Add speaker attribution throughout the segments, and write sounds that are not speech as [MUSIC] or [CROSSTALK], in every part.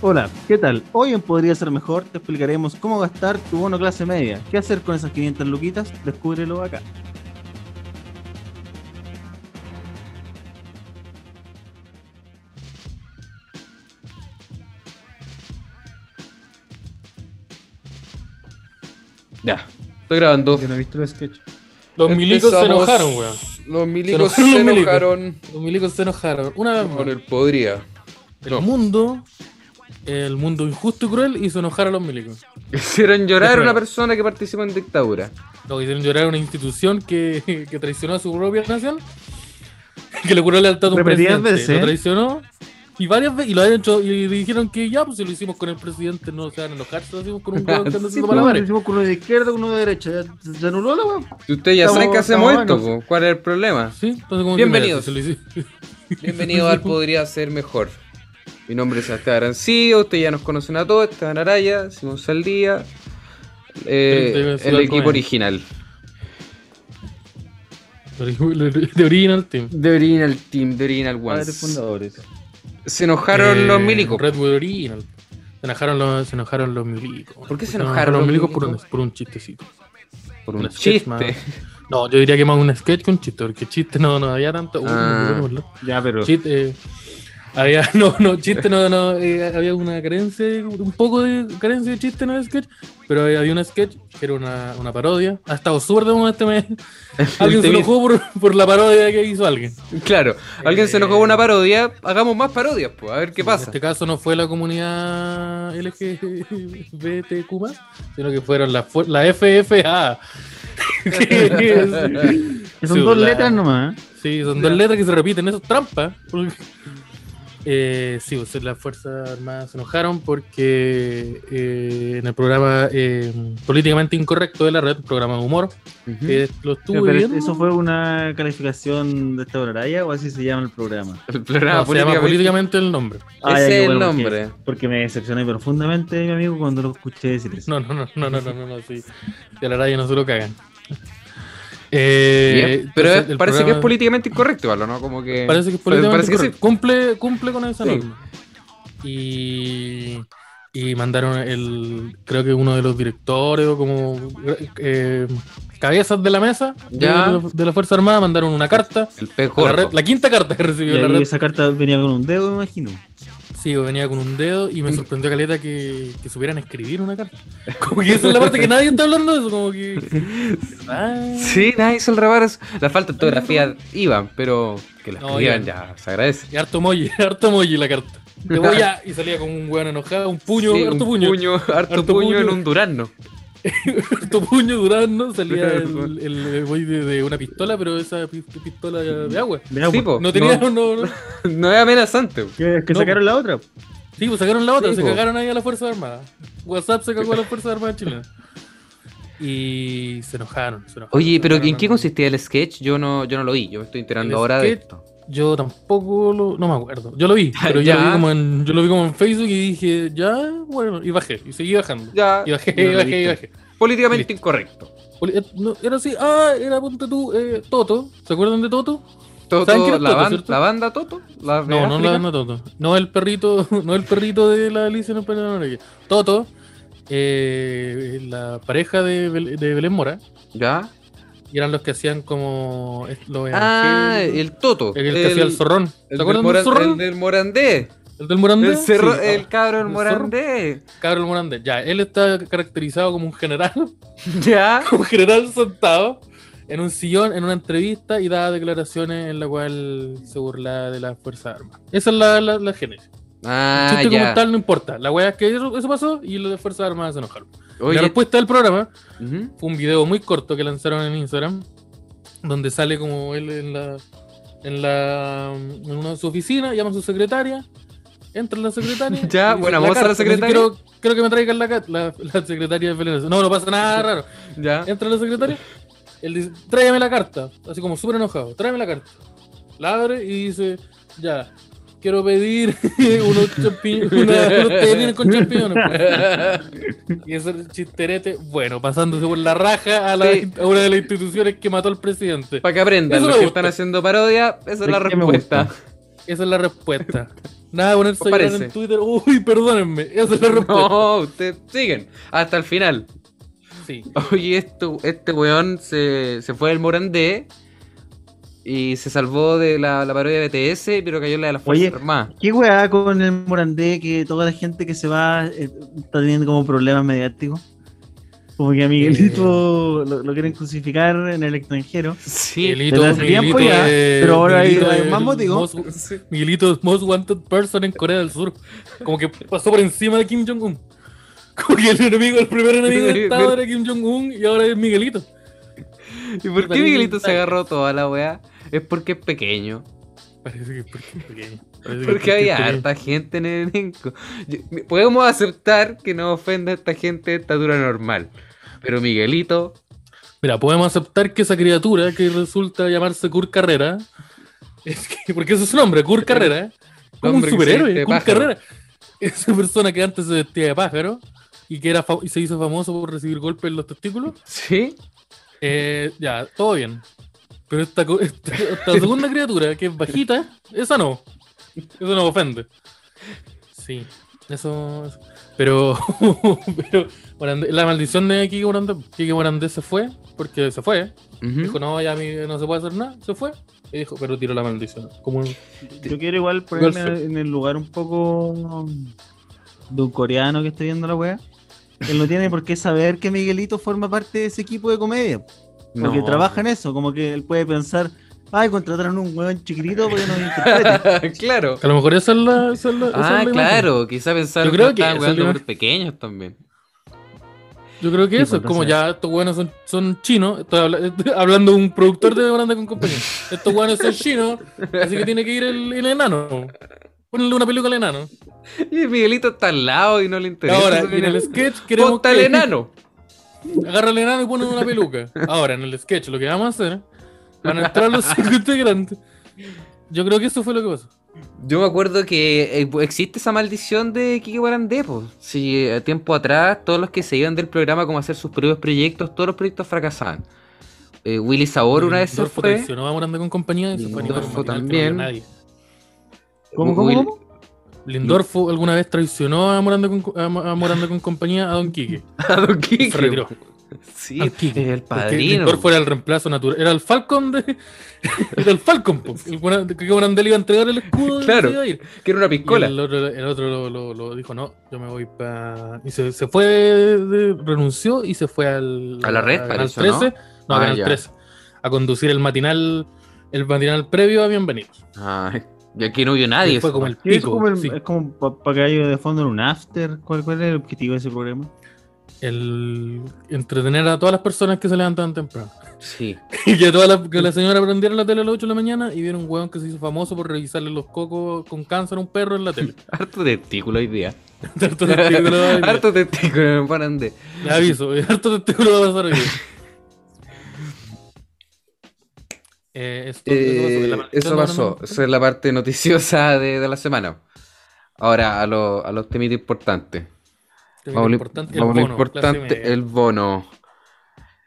Speaker 1: Hola, ¿qué tal? Hoy en Podría Ser Mejor te explicaremos cómo gastar tu bono clase media. ¿Qué hacer con esas 500 luquitas? Descúbrelo acá.
Speaker 2: Ya, estoy grabando.
Speaker 3: Yo no he visto el sketch.
Speaker 4: Los milicos se
Speaker 2: Empezamos.
Speaker 4: enojaron, weón.
Speaker 2: Los milicos
Speaker 4: Se enojaron
Speaker 2: se
Speaker 4: los milicos.
Speaker 2: enojaron
Speaker 4: Los milicos se enojaron. Una vez más,
Speaker 2: con el podría.
Speaker 4: el
Speaker 2: no.
Speaker 4: mundo, el mundo injusto y cruel hizo enojar a los milicos.
Speaker 2: [LAUGHS] Hicieron llorar a una
Speaker 4: Espera.
Speaker 2: persona que participó en dictadura.
Speaker 4: Lo hicieron llorar a una institución que, [LAUGHS] que traicionó a su propia nación, [LAUGHS] que le curó lealtad a un
Speaker 1: Repetidas
Speaker 4: presidente.
Speaker 1: veces, ¿eh?
Speaker 4: Lo traicionó y varias veces, y lo han hecho, y dijeron que ya, pues si lo hicimos con el presidente, no se van a enojar, si lo hicimos
Speaker 1: [LAUGHS]
Speaker 4: con un hueón que anda
Speaker 1: Sí,
Speaker 4: haciendo
Speaker 1: pues, lo
Speaker 4: malabares.
Speaker 1: hicimos con uno de izquierda, uno de derecha. Ya se anuló la weón.
Speaker 2: Si ustedes ya
Speaker 1: Estamos-
Speaker 2: saben que hacemos
Speaker 1: estamos
Speaker 2: esto,
Speaker 1: buenos.
Speaker 2: po, ¿cuál es el problema?
Speaker 4: Sí, entonces como
Speaker 2: Bienvenidos.
Speaker 4: que, mira, si se lo hici- [LAUGHS]
Speaker 2: Bienvenidos al Podría Ser Mejor. Mi nombre es Sebastián Arancillo, ustedes ya nos conocen a todos, Esteban Araya, Simón Saldía, eh,
Speaker 4: Te- te iba a decir
Speaker 2: el
Speaker 4: algo,
Speaker 2: equipo
Speaker 4: eh.
Speaker 2: original.
Speaker 4: de original team.
Speaker 2: The Original Team, The Original
Speaker 1: Padres
Speaker 2: Ones.
Speaker 1: fundadores.
Speaker 2: Se enojaron
Speaker 4: Eh,
Speaker 2: los milicos.
Speaker 4: Red Bull Original. Se enojaron los, se enojaron los milicos.
Speaker 2: ¿Por qué se enojaron
Speaker 4: los
Speaker 2: los
Speaker 4: milicos por un,
Speaker 2: milicos?
Speaker 4: por un chistecito?
Speaker 2: Por un
Speaker 4: un sketch, man.
Speaker 2: chiste.
Speaker 4: No, yo diría que más un sketch que un chiste, porque chiste no, no había tanto. Uy,
Speaker 2: Ah.
Speaker 4: me puse como
Speaker 1: Ya, pero.
Speaker 4: loco. chiste, eh, había, [LAUGHS] no, no, chiste no, no, eh, había una carencia, un poco de carencia de chiste en el sketch, pero había había un sketch que era una, una parodia. Ha estado súper de moda este
Speaker 2: [LAUGHS]
Speaker 4: mes. Alguien se
Speaker 2: Este
Speaker 4: enojó por, por la parodia que hizo alguien.
Speaker 2: Claro, alguien se enojó con una parodia, hagamos más parodias, pues, a ver qué
Speaker 4: En
Speaker 2: pasa.
Speaker 4: Eh. este [LAUGHS] caso no fue la comunidad LGBTQ, sino que fueron la, fu- la [LAUGHS] FFA.
Speaker 1: Que son dos
Speaker 4: Su- la-
Speaker 1: letras nomás. ¿eh?
Speaker 4: Sí, son dos letras que se repiten, eso es trampa. [LAUGHS] porque- Eh, sí, pues, las Fuerzas Armadas se enojaron porque eh, en el programa eh, políticamente incorrecto de la red, programa de humor,
Speaker 2: Mm. [LAUGHS] Eh,
Speaker 4: que lo estuve
Speaker 1: Ya, pero
Speaker 4: viendo.
Speaker 1: ¿Eso fue una calificación de esta horaraya o así se llama el programa?
Speaker 2: El programa
Speaker 4: No, se llama
Speaker 2: políticamente-
Speaker 4: políticamente el nombre.
Speaker 1: Ah, ya,
Speaker 2: Ese
Speaker 1: qué
Speaker 2: es el
Speaker 1: bueno, porque-
Speaker 2: nombre.
Speaker 1: Porque, me decepcioné profundamente, mi amigo, cuando lo escuché decir eso.
Speaker 4: No, no, no, no, no, no, no, no, sí. De la raya no se lo cagan. Eh,
Speaker 2: Bien, Pero
Speaker 4: entonces,
Speaker 2: es-
Speaker 4: el
Speaker 2: parece que es
Speaker 4: programa-
Speaker 2: políticamente incorrecto, ¿vale? ¿no? Como que...
Speaker 4: Parece que es
Speaker 2: Pare-
Speaker 4: políticamente
Speaker 2: parece que sí.
Speaker 4: correcto. Cumple, cumple con esa
Speaker 2: Sí.
Speaker 4: norma. Y, y mandaron el, creo que uno de los directores o como eh, cabezas de la mesa de-
Speaker 2: Ya.
Speaker 4: de, la- de la Fuerza Armada mandaron una carta.
Speaker 2: El pez
Speaker 4: a La,
Speaker 2: gordo.
Speaker 4: red- la quinta carta que
Speaker 1: Y
Speaker 4: recibió la
Speaker 1: ahí
Speaker 4: red.
Speaker 1: esa carta venía con un dedo, me imagino.
Speaker 4: Sí, pues, venía con un dedo y me sorprendió Caleta que, que supieran escribir una carta. Como que esa es la
Speaker 1: [LAUGHS]
Speaker 4: parte que nadie está hablando de eso. Como que. Ah.
Speaker 2: [LAUGHS] Sí, nadie hizo el rebares. La falta de ortografía iban, pero que la
Speaker 4: No,
Speaker 2: escribieran
Speaker 4: iban.
Speaker 2: ya, se agradece.
Speaker 4: Y harto molle, [LAUGHS] harto molle la carta. Te voy a- Y salía con un weón enojado, un puño,
Speaker 2: Sí,
Speaker 4: harto
Speaker 2: un
Speaker 4: puño.
Speaker 2: harto,
Speaker 4: Harto
Speaker 2: puño, en
Speaker 4: puño.
Speaker 2: un durazno. [LAUGHS]
Speaker 4: tu puño durazno salía el, el, el güey de, de una pistola, pero esa pi- pistola de agua.
Speaker 1: De agua.
Speaker 2: Sí, po.
Speaker 4: No tenía,
Speaker 2: Oh, No.
Speaker 4: no, no,
Speaker 2: No es amenazante. po.
Speaker 1: pues, Que, que
Speaker 4: No,
Speaker 1: sacaron la otra.
Speaker 4: Sí, pues sacaron la otra,
Speaker 2: Sí,
Speaker 4: se
Speaker 2: po.
Speaker 4: cagaron ahí a las Fuerzas Armadas. WhatsApp se cagó a las Fuerzas Armadas chilenas. Y se enojaron, se enojaron.
Speaker 2: Oye,
Speaker 4: se
Speaker 2: pero ¿en
Speaker 4: enojaron.
Speaker 2: qué consistía el sketch? Yo no, yo no lo vi, yo me estoy enterando
Speaker 4: El
Speaker 2: ahora de
Speaker 4: sketch-
Speaker 2: esto.
Speaker 4: Yo tampoco lo, no me acuerdo. Yo
Speaker 2: [LAUGHS]
Speaker 4: lo vi, pero yo
Speaker 2: Ya.
Speaker 4: lo vi como en, yo lo vi como en Facebook y dije, ya, bueno, y bajé, y seguí bajando.
Speaker 2: Ya,
Speaker 4: Y bajé,
Speaker 2: no lo
Speaker 4: y bajé, y
Speaker 2: viste.
Speaker 4: bajé.
Speaker 2: Políticamente
Speaker 4: Listo.
Speaker 2: incorrecto.
Speaker 4: Oli- eh, no, Era así, ah, era ponte tú, eh, Toto. ¿Se acuerdan de Toto? ¿Saben quién
Speaker 2: Toto,
Speaker 4: es
Speaker 2: la,
Speaker 4: Toto,
Speaker 2: ban-
Speaker 4: cierto?
Speaker 2: la banda Toto, la de
Speaker 4: No, no,
Speaker 2: África.
Speaker 4: la- no Toto. No el perrito, [LAUGHS] no el perrito de la Alicia en el País de las Maravillas. Toto, eh, la pareja de, Bel- de Belén Mora,
Speaker 2: Ya.
Speaker 4: y eran los que hacían como est- los
Speaker 2: Ah,
Speaker 4: evangélicos,
Speaker 2: el Toto.
Speaker 4: el, que hacía el zorrón.
Speaker 2: el
Speaker 4: ¿Te
Speaker 2: del
Speaker 4: acuerdas del
Speaker 2: Moran-
Speaker 4: zorrón?
Speaker 2: el del Morandé.
Speaker 4: El del Morandé.
Speaker 2: El, cerro-
Speaker 4: Sí,
Speaker 2: el
Speaker 4: ah,
Speaker 2: cabro del
Speaker 4: ¿El zorro?
Speaker 2: Morandé.
Speaker 4: cabrón Morandé. Ya, él está caracterizado como un general,
Speaker 2: [LAUGHS] Ya.
Speaker 4: como un general sentado en un sillón, en una entrevista y daba declaraciones en la cual se burlaba de las Fuerzas Armadas. Esa es la, la, la génesis.
Speaker 2: Ah,
Speaker 4: chiste
Speaker 2: ya.
Speaker 4: como tal no importa. La weá es que eso, eso pasó y los de Fuerzas Armadas se enojaron.
Speaker 2: Oye,
Speaker 4: La respuesta del programa
Speaker 2: ujú.
Speaker 4: fue un video muy corto que lanzaron en Instagram, donde sale como él en la en la en una de sus oficinas, llama a su secretaria, entra la secretaria.
Speaker 2: [LAUGHS] Ya,
Speaker 4: y dice,
Speaker 2: buena moza la
Speaker 4: carta, dice,
Speaker 2: secretaria".
Speaker 4: Quiero, quiero que me traigan la, ca- la, la secretaria de Felipe. No, no pasa nada raro.
Speaker 2: ya.
Speaker 4: Entra la secretaria, él dice, tráigame la carta, así como súper enojado, tráigame la carta. La abre y dice, ya, quiero pedir [LAUGHS] unos champiñones, unos tallarines con champiñones.
Speaker 2: [LAUGHS]
Speaker 4: pues". Y ese chisterete, bueno, pasándose por la raja a, la-
Speaker 2: Sí.
Speaker 4: a una de las instituciones que mató al presidente.
Speaker 2: Para que aprendan
Speaker 4: Eso
Speaker 2: los
Speaker 4: me
Speaker 2: que
Speaker 4: gusta.
Speaker 2: están haciendo parodia, esa es
Speaker 1: Es
Speaker 2: la
Speaker 1: que me
Speaker 2: respuesta. [LAUGHS]
Speaker 4: Esa es la respuesta. Nada, ponerse a llorar
Speaker 2: Parece.
Speaker 4: en Twitter. Uy, perdónenme. Esa es la respuesta.
Speaker 2: No, ustedes siguen. Hasta el final.
Speaker 4: Sí.
Speaker 2: Oye, esto, este weón se, se fue del Morandé y se salvó de la, la parodia de BTS, pero cayó en la de las Fuerzas
Speaker 1: Oye.
Speaker 2: Armadas.
Speaker 1: ¿Qué weá con el Morandé que toda la gente que se va eh, está teniendo como problemas mediáticos? Como que a Miguelito lo, lo quieren crucificar en el extranjero.
Speaker 2: Sí,
Speaker 1: desde hace tiempo ya,
Speaker 4: es-
Speaker 1: pero ahora hay-
Speaker 4: Miguelito
Speaker 1: hay
Speaker 4: es
Speaker 1: más
Speaker 4: el
Speaker 1: motivo.
Speaker 4: most- Miguelito es most wanted person en Corea del Sur. Como que pasó por encima de Kim Jong-un. Como que el enemigo, el primer enemigo del Estado era Kim Jong-un y ahora es Miguelito.
Speaker 2: ¿Y por qué Miguelito se agarró toda la weá? Es porque es pequeño.
Speaker 4: Parece que porque es pequeño. Parece que
Speaker 2: Porque había
Speaker 4: es pequeño.
Speaker 2: harta gente en el elenco. Yo- Podemos aceptar que no ofenda a esta gente de estatura normal. Pero Miguelito,
Speaker 4: Mira, podemos aceptar que esa criatura que resulta llamarse Kurt Carrera. Es que, porque ese es su nombre, Kurt Carrera. ¿eh? Como un
Speaker 2: hombre que se viste
Speaker 4: superhéroe,
Speaker 2: de
Speaker 4: Kurt
Speaker 2: pájaro.
Speaker 4: Carrera. Esa persona que antes se vestía de pájaro y que era fa- y se hizo famoso por recibir golpes en los testículos.
Speaker 2: ¿Sí?
Speaker 4: Eh, ya, todo bien. Pero esta, co- [LAUGHS] esta, esta segunda criatura, que es bajita, esa no. Eso no ofende. Sí, eso. eso. Pero, [LAUGHS] pero Morandé- la maldición de Kike Morandé, Kike Morandé se fue, porque se fue.
Speaker 2: Ujú.
Speaker 4: Dijo, no, ya a mí no se puede hacer nada, se fue. Y dijo, pero tiró la maldición. Como un-
Speaker 1: Yo quiero igual ponerme
Speaker 4: Golfe.
Speaker 1: en el lugar un poco de un coreano que esté viendo la weá. Él no tiene por qué saber que Miguelito forma parte de ese equipo de comedia. Porque
Speaker 2: No.
Speaker 1: trabaja en eso, como que él puede pensar, ay, contrataron un weón chiquitito pues, porque nos interprete.
Speaker 2: [LAUGHS] claro.
Speaker 4: A lo mejor esa es la. esa es la- esa
Speaker 2: Ah,
Speaker 4: es la imagen.
Speaker 2: claro. Quizá pensaron
Speaker 4: Yo creo
Speaker 2: que
Speaker 4: que
Speaker 2: estaban
Speaker 4: esa es
Speaker 2: jugando
Speaker 4: la
Speaker 2: por
Speaker 4: imagen.
Speaker 2: pequeños también.
Speaker 4: Yo creo que
Speaker 1: Sí,
Speaker 4: eso,
Speaker 1: pues,
Speaker 4: como
Speaker 1: entonces-
Speaker 4: ya estos buenos son, son chinos, estoy habla- estoy [LAUGHS] hablando de un productor de Grande con compañía. Estos buenos son chinos, así que tiene que ir el, el enano. Ponle una peluca al enano.
Speaker 2: Y Miguelito está al lado y no le interesa.
Speaker 4: Ahora,
Speaker 2: Eso
Speaker 4: y en
Speaker 2: que-
Speaker 4: el sketch queremos
Speaker 2: Ponta al
Speaker 4: que-
Speaker 2: enano.
Speaker 4: [LAUGHS] agarra al enano y pone una peluca. Ahora, en el sketch lo que vamos a hacer, van a entrar los cinco integrantes. Yo creo que eso fue lo que pasó.
Speaker 2: Yo me acuerdo que eh, existe esa maldición de Kike Guarandé, po. Si eh, tiempo atrás todos los que se iban del programa como a hacer sus propios proyectos, todos los proyectos fracasaban. Eh, Willy Sabor una vez se
Speaker 4: Dorfo
Speaker 2: fue.
Speaker 4: traicionó a Morandé con compañía y se fue a
Speaker 2: Lindorfo
Speaker 4: Animal Matinal, que no
Speaker 2: también.
Speaker 4: vio nadie.
Speaker 1: ¿Cómo, cómo,
Speaker 2: Will-
Speaker 1: cómo?
Speaker 2: [LAUGHS]
Speaker 4: Lindorfo alguna vez traicionó a Morandé con, a, a Morandé con compañía a Don Quique.
Speaker 2: A Ah, Don Quique,
Speaker 4: Se retiró.
Speaker 2: po. Sí,
Speaker 4: Al Quique,
Speaker 2: el
Speaker 4: Porque
Speaker 2: padrino.
Speaker 4: Víctor fuera el reemplazo natural. Era el Falcon de. [LAUGHS] era el Falcon, po. El buena- que Morandé le iba a entregar el escudo. y
Speaker 2: Claro.
Speaker 4: se iba a ir.
Speaker 2: Que era una
Speaker 4: Y
Speaker 2: piscola.
Speaker 4: el otro, el otro lo, lo- lo dijo, no, yo me voy para. Y se, se fue, de- de- renunció y se fue al.
Speaker 2: A la red,
Speaker 4: Canal
Speaker 2: parece, ¿no?
Speaker 4: 13. No, a
Speaker 2: Ah,
Speaker 4: Canal
Speaker 2: ya.
Speaker 4: 13. A conducir el matinal. El matinal previo a Bienvenidos.
Speaker 2: Ay, y aquí no vio nadie.
Speaker 4: Fue
Speaker 2: po.
Speaker 4: como el
Speaker 1: Sí, es
Speaker 4: [LAUGHS] pico.
Speaker 1: como,
Speaker 4: sí. El,
Speaker 1: el- es como para que haya de fondo en un after. ¿Cuál, ¿Cuál es el objetivo de ese programa?
Speaker 4: entretener a todas las personas que se levantaban temprano.
Speaker 2: Sí. [LAUGHS]
Speaker 4: [LAUGHS] Y que, toda la, que la señora prendiera la tele a las 8 de la mañana y vieron un weón que se hizo famoso por revisarle los cocos con cáncer a un perro en la [LAUGHS] tele.
Speaker 2: Harto testículo hoy día.
Speaker 4: harto testículo va a venir.
Speaker 2: Harto testículo [LAUGHS] en el Guarandé.
Speaker 4: Le aviso, [LAUGHS] harto testículo va a pasar hoy día. [LAUGHS] Eh, esto-
Speaker 2: Eh, eso pasó. Esa es la parte noticiosa de, de la semana. Ahora, a, lo- a los temitos importantes.
Speaker 4: Lo
Speaker 2: Vamos a lo
Speaker 4: importante, el
Speaker 2: vamos a
Speaker 4: bono,
Speaker 2: lo
Speaker 4: clase
Speaker 2: importante,
Speaker 4: media.
Speaker 2: el bono.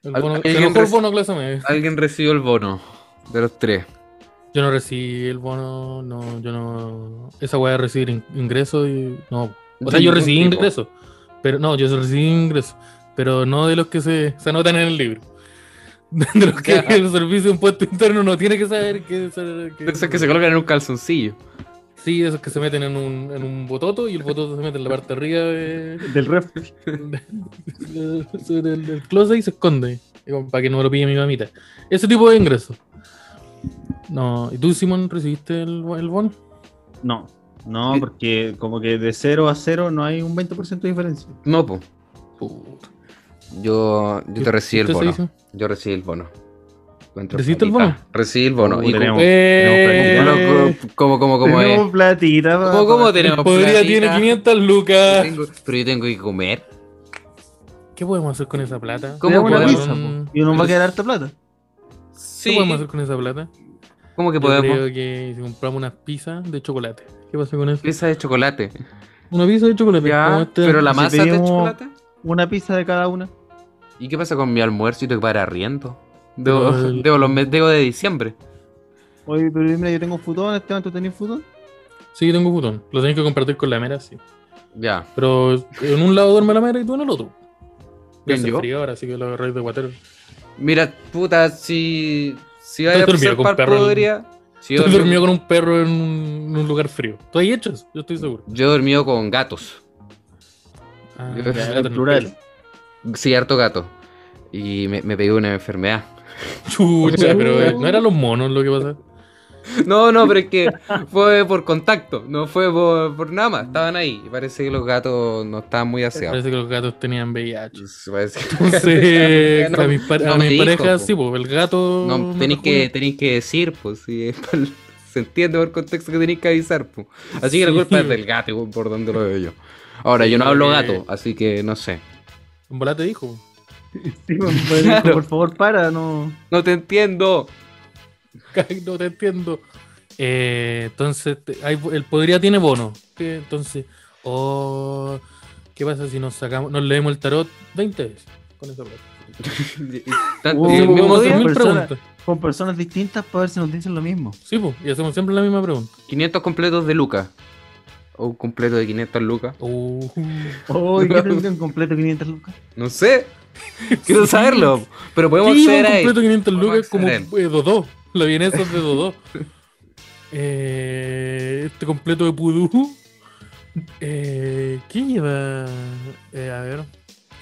Speaker 4: El
Speaker 2: al-
Speaker 4: bono-
Speaker 2: alguien
Speaker 4: el mejor
Speaker 2: reci-
Speaker 4: bono clase media.
Speaker 2: Alguien recibió el bono de los tres.
Speaker 4: Yo no recibí el bono, no, yo no. Esa weá de recibir in- ingresos y. No. O sea,
Speaker 2: De
Speaker 4: yo
Speaker 2: ningún
Speaker 4: recibí
Speaker 2: tipo.
Speaker 4: ingresos. Pero no, yo recibí ingresos. Pero no de los que se, se anotan en el libro. [LAUGHS] De los que
Speaker 2: Ya.
Speaker 4: el servicio de impuesto interno no tiene que saber que. saber que-
Speaker 2: De Esos que se colocan en un calzoncillo.
Speaker 4: Sí, esos que se meten en un, en un bototo y el bototo se mete en la parte de arriba de-
Speaker 1: Del ref.
Speaker 4: de- de- del, del closet y se esconde. Y como Para que no me lo pille mi mamita. Ese tipo de ingresos. No, ¿y tú, Simón, recibiste el, el bono?
Speaker 1: No, no, porque como que de 0 a 0 no hay un 20% de diferencia.
Speaker 2: No, po.
Speaker 4: Puta.
Speaker 2: Yo, yo te recibí el
Speaker 4: ¿Usted se
Speaker 2: bono.
Speaker 4: hizo?
Speaker 2: Yo recibí el bono. Encuentro
Speaker 4: ¿Recibiste el
Speaker 2: platita. Recibí el bono.
Speaker 1: Uh,
Speaker 2: Y
Speaker 1: tenemos-
Speaker 4: Eh,
Speaker 1: tenemos
Speaker 2: como-
Speaker 1: platita.
Speaker 2: como, como, como es.
Speaker 1: tenemos platita. pa-
Speaker 2: ¿Cómo, cómo
Speaker 1: pa-
Speaker 2: tenemos
Speaker 4: Podría
Speaker 2: platita?
Speaker 4: tiene 500
Speaker 2: Yo
Speaker 4: lucas.
Speaker 2: tengo- pero yo tengo que comer.
Speaker 4: ¿Qué podemos hacer con esa plata?
Speaker 2: ¿Cómo
Speaker 1: Tenemos una
Speaker 2: podemos?
Speaker 1: pizza, po, y nos va a quedar harta plata.
Speaker 4: ¿Qué
Speaker 2: Sí.
Speaker 4: podemos hacer con esa plata?
Speaker 2: ¿Cómo que
Speaker 4: Yo
Speaker 2: podemos?
Speaker 4: creo que si compramos unas pizzas de chocolate. ¿Qué pasa con eso?
Speaker 2: Pieza de chocolate.
Speaker 4: Una pizza de chocolate. como
Speaker 2: Ya,
Speaker 4: este-
Speaker 2: pero la
Speaker 1: si
Speaker 2: masa de
Speaker 1: pedimos-
Speaker 2: chocolate.
Speaker 1: Una pizza de cada una.
Speaker 2: ¿Y qué pasa con mi almuerzo y tengo que pagar arriendo? Debo,
Speaker 4: Lol.
Speaker 2: debo los mes debo de diciembre.
Speaker 1: Oye, pero mira, yo tengo futón, Esteban, ¿tú tenés futón?
Speaker 4: Sí, tengo futón. Lo tenés que compartir con la mera, sí.
Speaker 2: Ya.
Speaker 4: Pero en un lado duerme la mera y tú en el otro. Ya
Speaker 2: ¿Quién,
Speaker 4: hace
Speaker 2: yo?
Speaker 4: frío ahora, así que lo agarráis de guatero.
Speaker 2: Puta, Puta, si. Si vaya a
Speaker 4: dormido
Speaker 2: pasar
Speaker 4: con
Speaker 2: par,
Speaker 4: perro en-
Speaker 2: podría. Si
Speaker 4: Yo
Speaker 2: yo,
Speaker 4: he dormido
Speaker 2: dormí-
Speaker 4: con un perro en un, en un lugar frío. ¿Tú has hecho eso? Yo estoy seguro.
Speaker 2: yo he dormido con gatos.
Speaker 4: Ah,
Speaker 2: Yo-
Speaker 4: ya,
Speaker 1: En
Speaker 4: no
Speaker 1: plural.
Speaker 4: pelo.
Speaker 2: Sí, harto gato. Y me, me pegué una enfermedad. [LAUGHS]
Speaker 4: Chucha, pero eh, no eran los monos lo que pasaba.
Speaker 2: No, no, pero es que fue por contacto, no fue por, por nada más. Estaban ahí. Y parece que los gatos no estaban muy aseados.
Speaker 4: Parece que los gatos tenían
Speaker 2: [LAUGHS]
Speaker 4: VIH.
Speaker 2: Parece
Speaker 4: [LAUGHS]
Speaker 2: que-
Speaker 4: Entonces,
Speaker 2: No,
Speaker 4: a mis, par-
Speaker 2: no
Speaker 4: a
Speaker 2: me
Speaker 4: mis
Speaker 2: dijo,
Speaker 4: parejas,
Speaker 2: po.
Speaker 4: sí, pues el gato.
Speaker 2: No,
Speaker 4: me
Speaker 2: tenéis
Speaker 4: lo
Speaker 2: que,
Speaker 4: juro.
Speaker 2: tenéis que decir, pues, si es [LAUGHS] pa'l- se entiende por el contexto que tenéis que avisar, pues. Así que la
Speaker 4: Sí. eh.
Speaker 2: culpa es del gato, weón, por donde lo veo yo. Ahora, yo no hablo gato, así que no sé.
Speaker 4: En bola te dijo.
Speaker 1: [LAUGHS] Sí, bueno, pues, dijo,
Speaker 2: Claro.
Speaker 1: Por favor, para, no.
Speaker 2: No te entiendo.
Speaker 4: [LAUGHS] No te entiendo. Eh, entonces, te- hay- el podría tiene bono. ¿Qué? Entonces, oh, ¿qué pasa si nos sacamos, nos leemos el tarot 20 veces? Con esa plata.
Speaker 2: [LAUGHS] Tanto-
Speaker 1: Wow.
Speaker 2: y
Speaker 4: Y
Speaker 2: el mismo
Speaker 4: hacemos
Speaker 1: día?
Speaker 4: mil
Speaker 1: Persona.
Speaker 4: preguntas.
Speaker 1: Con personas distintas para ver si nos dicen lo mismo.
Speaker 4: Sí, pues, y hacemos siempre la misma pregunta.
Speaker 2: 500 completos de lucas. O un completo de 500 lucas.
Speaker 4: Uh,
Speaker 1: Oh, ¿y ¿qué tendría un completo 500 lucas?
Speaker 2: No
Speaker 4: [LAUGHS]
Speaker 2: sé. Quiero saberlo. Pero podemos
Speaker 4: sí,
Speaker 2: acceder
Speaker 4: un
Speaker 2: a él.
Speaker 4: completo 500 lucas es como
Speaker 2: acceder.
Speaker 4: eh, Dodó. La vienesa es de Dodó. [LAUGHS] Eh, este completo de Pudú. Eh, ¿Qué lleva? Eh, a ver.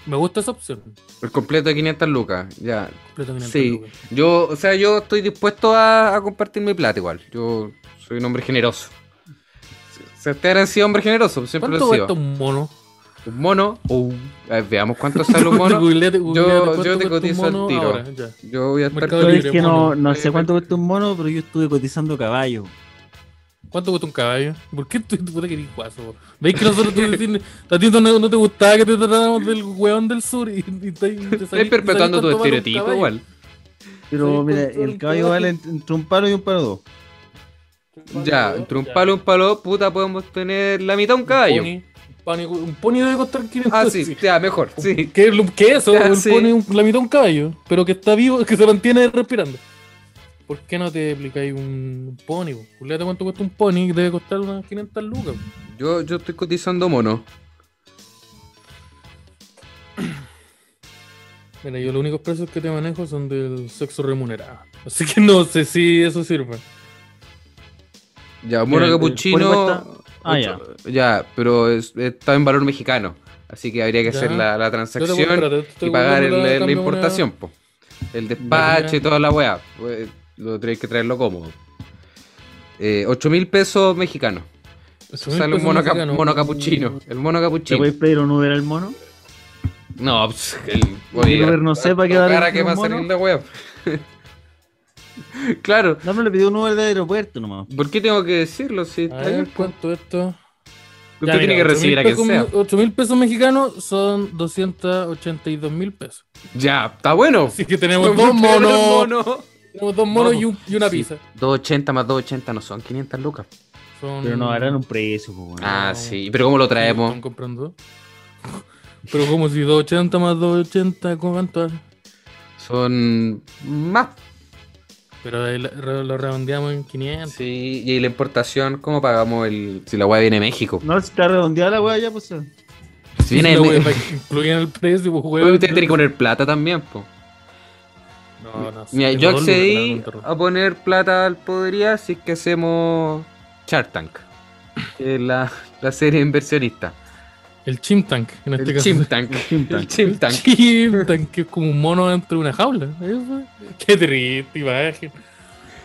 Speaker 4: Me gusta esa opción.
Speaker 2: El completo de 500 lucas. Ya.
Speaker 4: Completo 500
Speaker 2: Sí.
Speaker 4: lucas.
Speaker 2: Yo, o sea, yo estoy dispuesto a, a compartir mi plata igual. Yo soy un hombre generoso. Se te han sido hombre generoso, siempre
Speaker 4: ¿Cuánto
Speaker 2: lo he sido.
Speaker 4: cuesta un mono?
Speaker 2: Un mono o un- a ver, veamos cuánto sale
Speaker 4: [LAUGHS]
Speaker 2: un mono.
Speaker 4: Googleate, googleate,
Speaker 2: yo
Speaker 4: ¿cuánto
Speaker 2: te
Speaker 4: cuesta un
Speaker 2: cotizo al
Speaker 4: mono
Speaker 2: tiro.
Speaker 4: ahora? Ya.
Speaker 2: Yo voy a estar
Speaker 4: Mercado
Speaker 1: Yo
Speaker 2: con-
Speaker 4: Libre,
Speaker 1: es que no,
Speaker 4: mono.
Speaker 1: no sé cuánto cuesta un mono, pero yo estuve cotizando caballo.
Speaker 4: ¿Cuánto cuesta un caballo? ¿Por qué tú tú puta que eres guaso? po? ¿Veis que nosotros tú decís, [LAUGHS] a ti no, no te gustaba que te tratáramos del weón del sur y, y te, te
Speaker 2: Estoy perpetuando tu estereotipo igual.
Speaker 4: Sí,
Speaker 1: Pero
Speaker 4: con
Speaker 1: mira,
Speaker 4: todo el
Speaker 1: el caballo
Speaker 4: caballo.
Speaker 1: vale entre entre un palo y un palo dos.
Speaker 2: Ya, entre un palo y un palo, puta, podemos tener la mitad de un caballo.
Speaker 4: Un pony, un pony debe costar 500 [LAUGHS]
Speaker 2: Ah, sí, ya, mejor, [LAUGHS] sí.
Speaker 4: ¿Qué, es lo- qué es eso?
Speaker 2: Ya,
Speaker 4: Un
Speaker 2: sí.
Speaker 4: pony, un- la mitad de un caballo, pero que está vivo, que se mantiene respirando. ¿Por qué no te aplicáis un pony? po? Julieta, ¿cuánto cuesta un pony? Que debe costar unas 500 lucas. po.
Speaker 2: Yo, yo estoy cotizando mono.
Speaker 4: Mira, yo los únicos precios que te manejo son del sexo remunerado. Así que no sé si eso sirve.
Speaker 2: Ya, mono
Speaker 4: Mira, el
Speaker 1: pony
Speaker 2: capuchino.
Speaker 1: Ah,
Speaker 2: ocho- Ya, pero es- está en valor mexicano. Así que habría que
Speaker 4: Ya.
Speaker 2: hacer la, la
Speaker 4: Yo te-
Speaker 2: transacción
Speaker 4: espérate, te-
Speaker 2: y pagar el-
Speaker 4: te-
Speaker 2: la,
Speaker 4: cambio
Speaker 2: importación, po. El despacho y
Speaker 4: mira.
Speaker 2: toda la weá. Pues, Lo tenéis que traerlo cómodo. Eh, 8 mil pesos mexicanos.
Speaker 4: moneda. Ocho mil
Speaker 2: Sale un
Speaker 4: pesos
Speaker 2: mono, cap-
Speaker 4: mexicanos.
Speaker 2: mono capuchino. El mono
Speaker 1: ¿Te
Speaker 2: capuchino.
Speaker 1: puedes pedir un Uber al mono?
Speaker 2: No, pues, el,
Speaker 1: el Uber no sepa qué va a
Speaker 2: cara
Speaker 1: decir
Speaker 2: que va a
Speaker 1: un mono.
Speaker 2: salir la web. [LAUGHS] claro.
Speaker 1: No, pero le pidió un Uber del aeropuerto nomás.
Speaker 2: ¿Por qué tengo que decirlo? Si
Speaker 4: A
Speaker 2: está
Speaker 4: ver,
Speaker 2: bien, pues.
Speaker 4: ¿cuánto esto?
Speaker 2: Usted tiene que recibir a quien sea.
Speaker 4: 8 mil pesos mexicanos son 282 mil pesos.
Speaker 2: Ya, está bueno.
Speaker 4: Así
Speaker 2: [LAUGHS]
Speaker 4: que tenemos
Speaker 2: Pero
Speaker 4: dos
Speaker 2: el
Speaker 4: monos.
Speaker 2: mono.
Speaker 4: Tenemos dos monos
Speaker 2: No,
Speaker 4: y, un- y una
Speaker 2: Sí,
Speaker 4: pizza.
Speaker 2: 280 más 280 no son 500 lucas.
Speaker 4: Son-
Speaker 1: Pero no harán un precio, pues, weón.
Speaker 2: Ah, sí. ¿Pero cómo lo traemos?
Speaker 4: Están comprando. [LAUGHS] Pero como si 280 más 280, ¿cuánto? es?
Speaker 2: Son más.
Speaker 4: Pero ahí la- re- lo redondeamos en 500.
Speaker 2: Sí, y la importación, ¿cómo pagamos el si la weá viene de México?
Speaker 1: No, si está redondeada la weá ya, pues. eh.
Speaker 2: Si viene de [LAUGHS]
Speaker 4: No,
Speaker 2: México,
Speaker 4: güey, incluyen el precio, pues, güey.
Speaker 2: usted tiene que poner plata también, po.
Speaker 4: No, no sé,
Speaker 2: Mira,
Speaker 4: tengo
Speaker 2: yo
Speaker 4: dos
Speaker 2: accedí
Speaker 4: lucas, pero no me interrumpo.
Speaker 2: a poner plata al podería si es que hacemos Shark Tank, que es la, la serie inversionista.
Speaker 4: El Chim Tank, en este
Speaker 2: El
Speaker 4: [LAUGHS] caso.
Speaker 2: Chim Tank.
Speaker 1: Chim
Speaker 2: El
Speaker 1: Tank.
Speaker 2: Chim Tank.
Speaker 4: Chim Tank, que es como un mono dentro de una jaula. Eso. Qué triste imagen.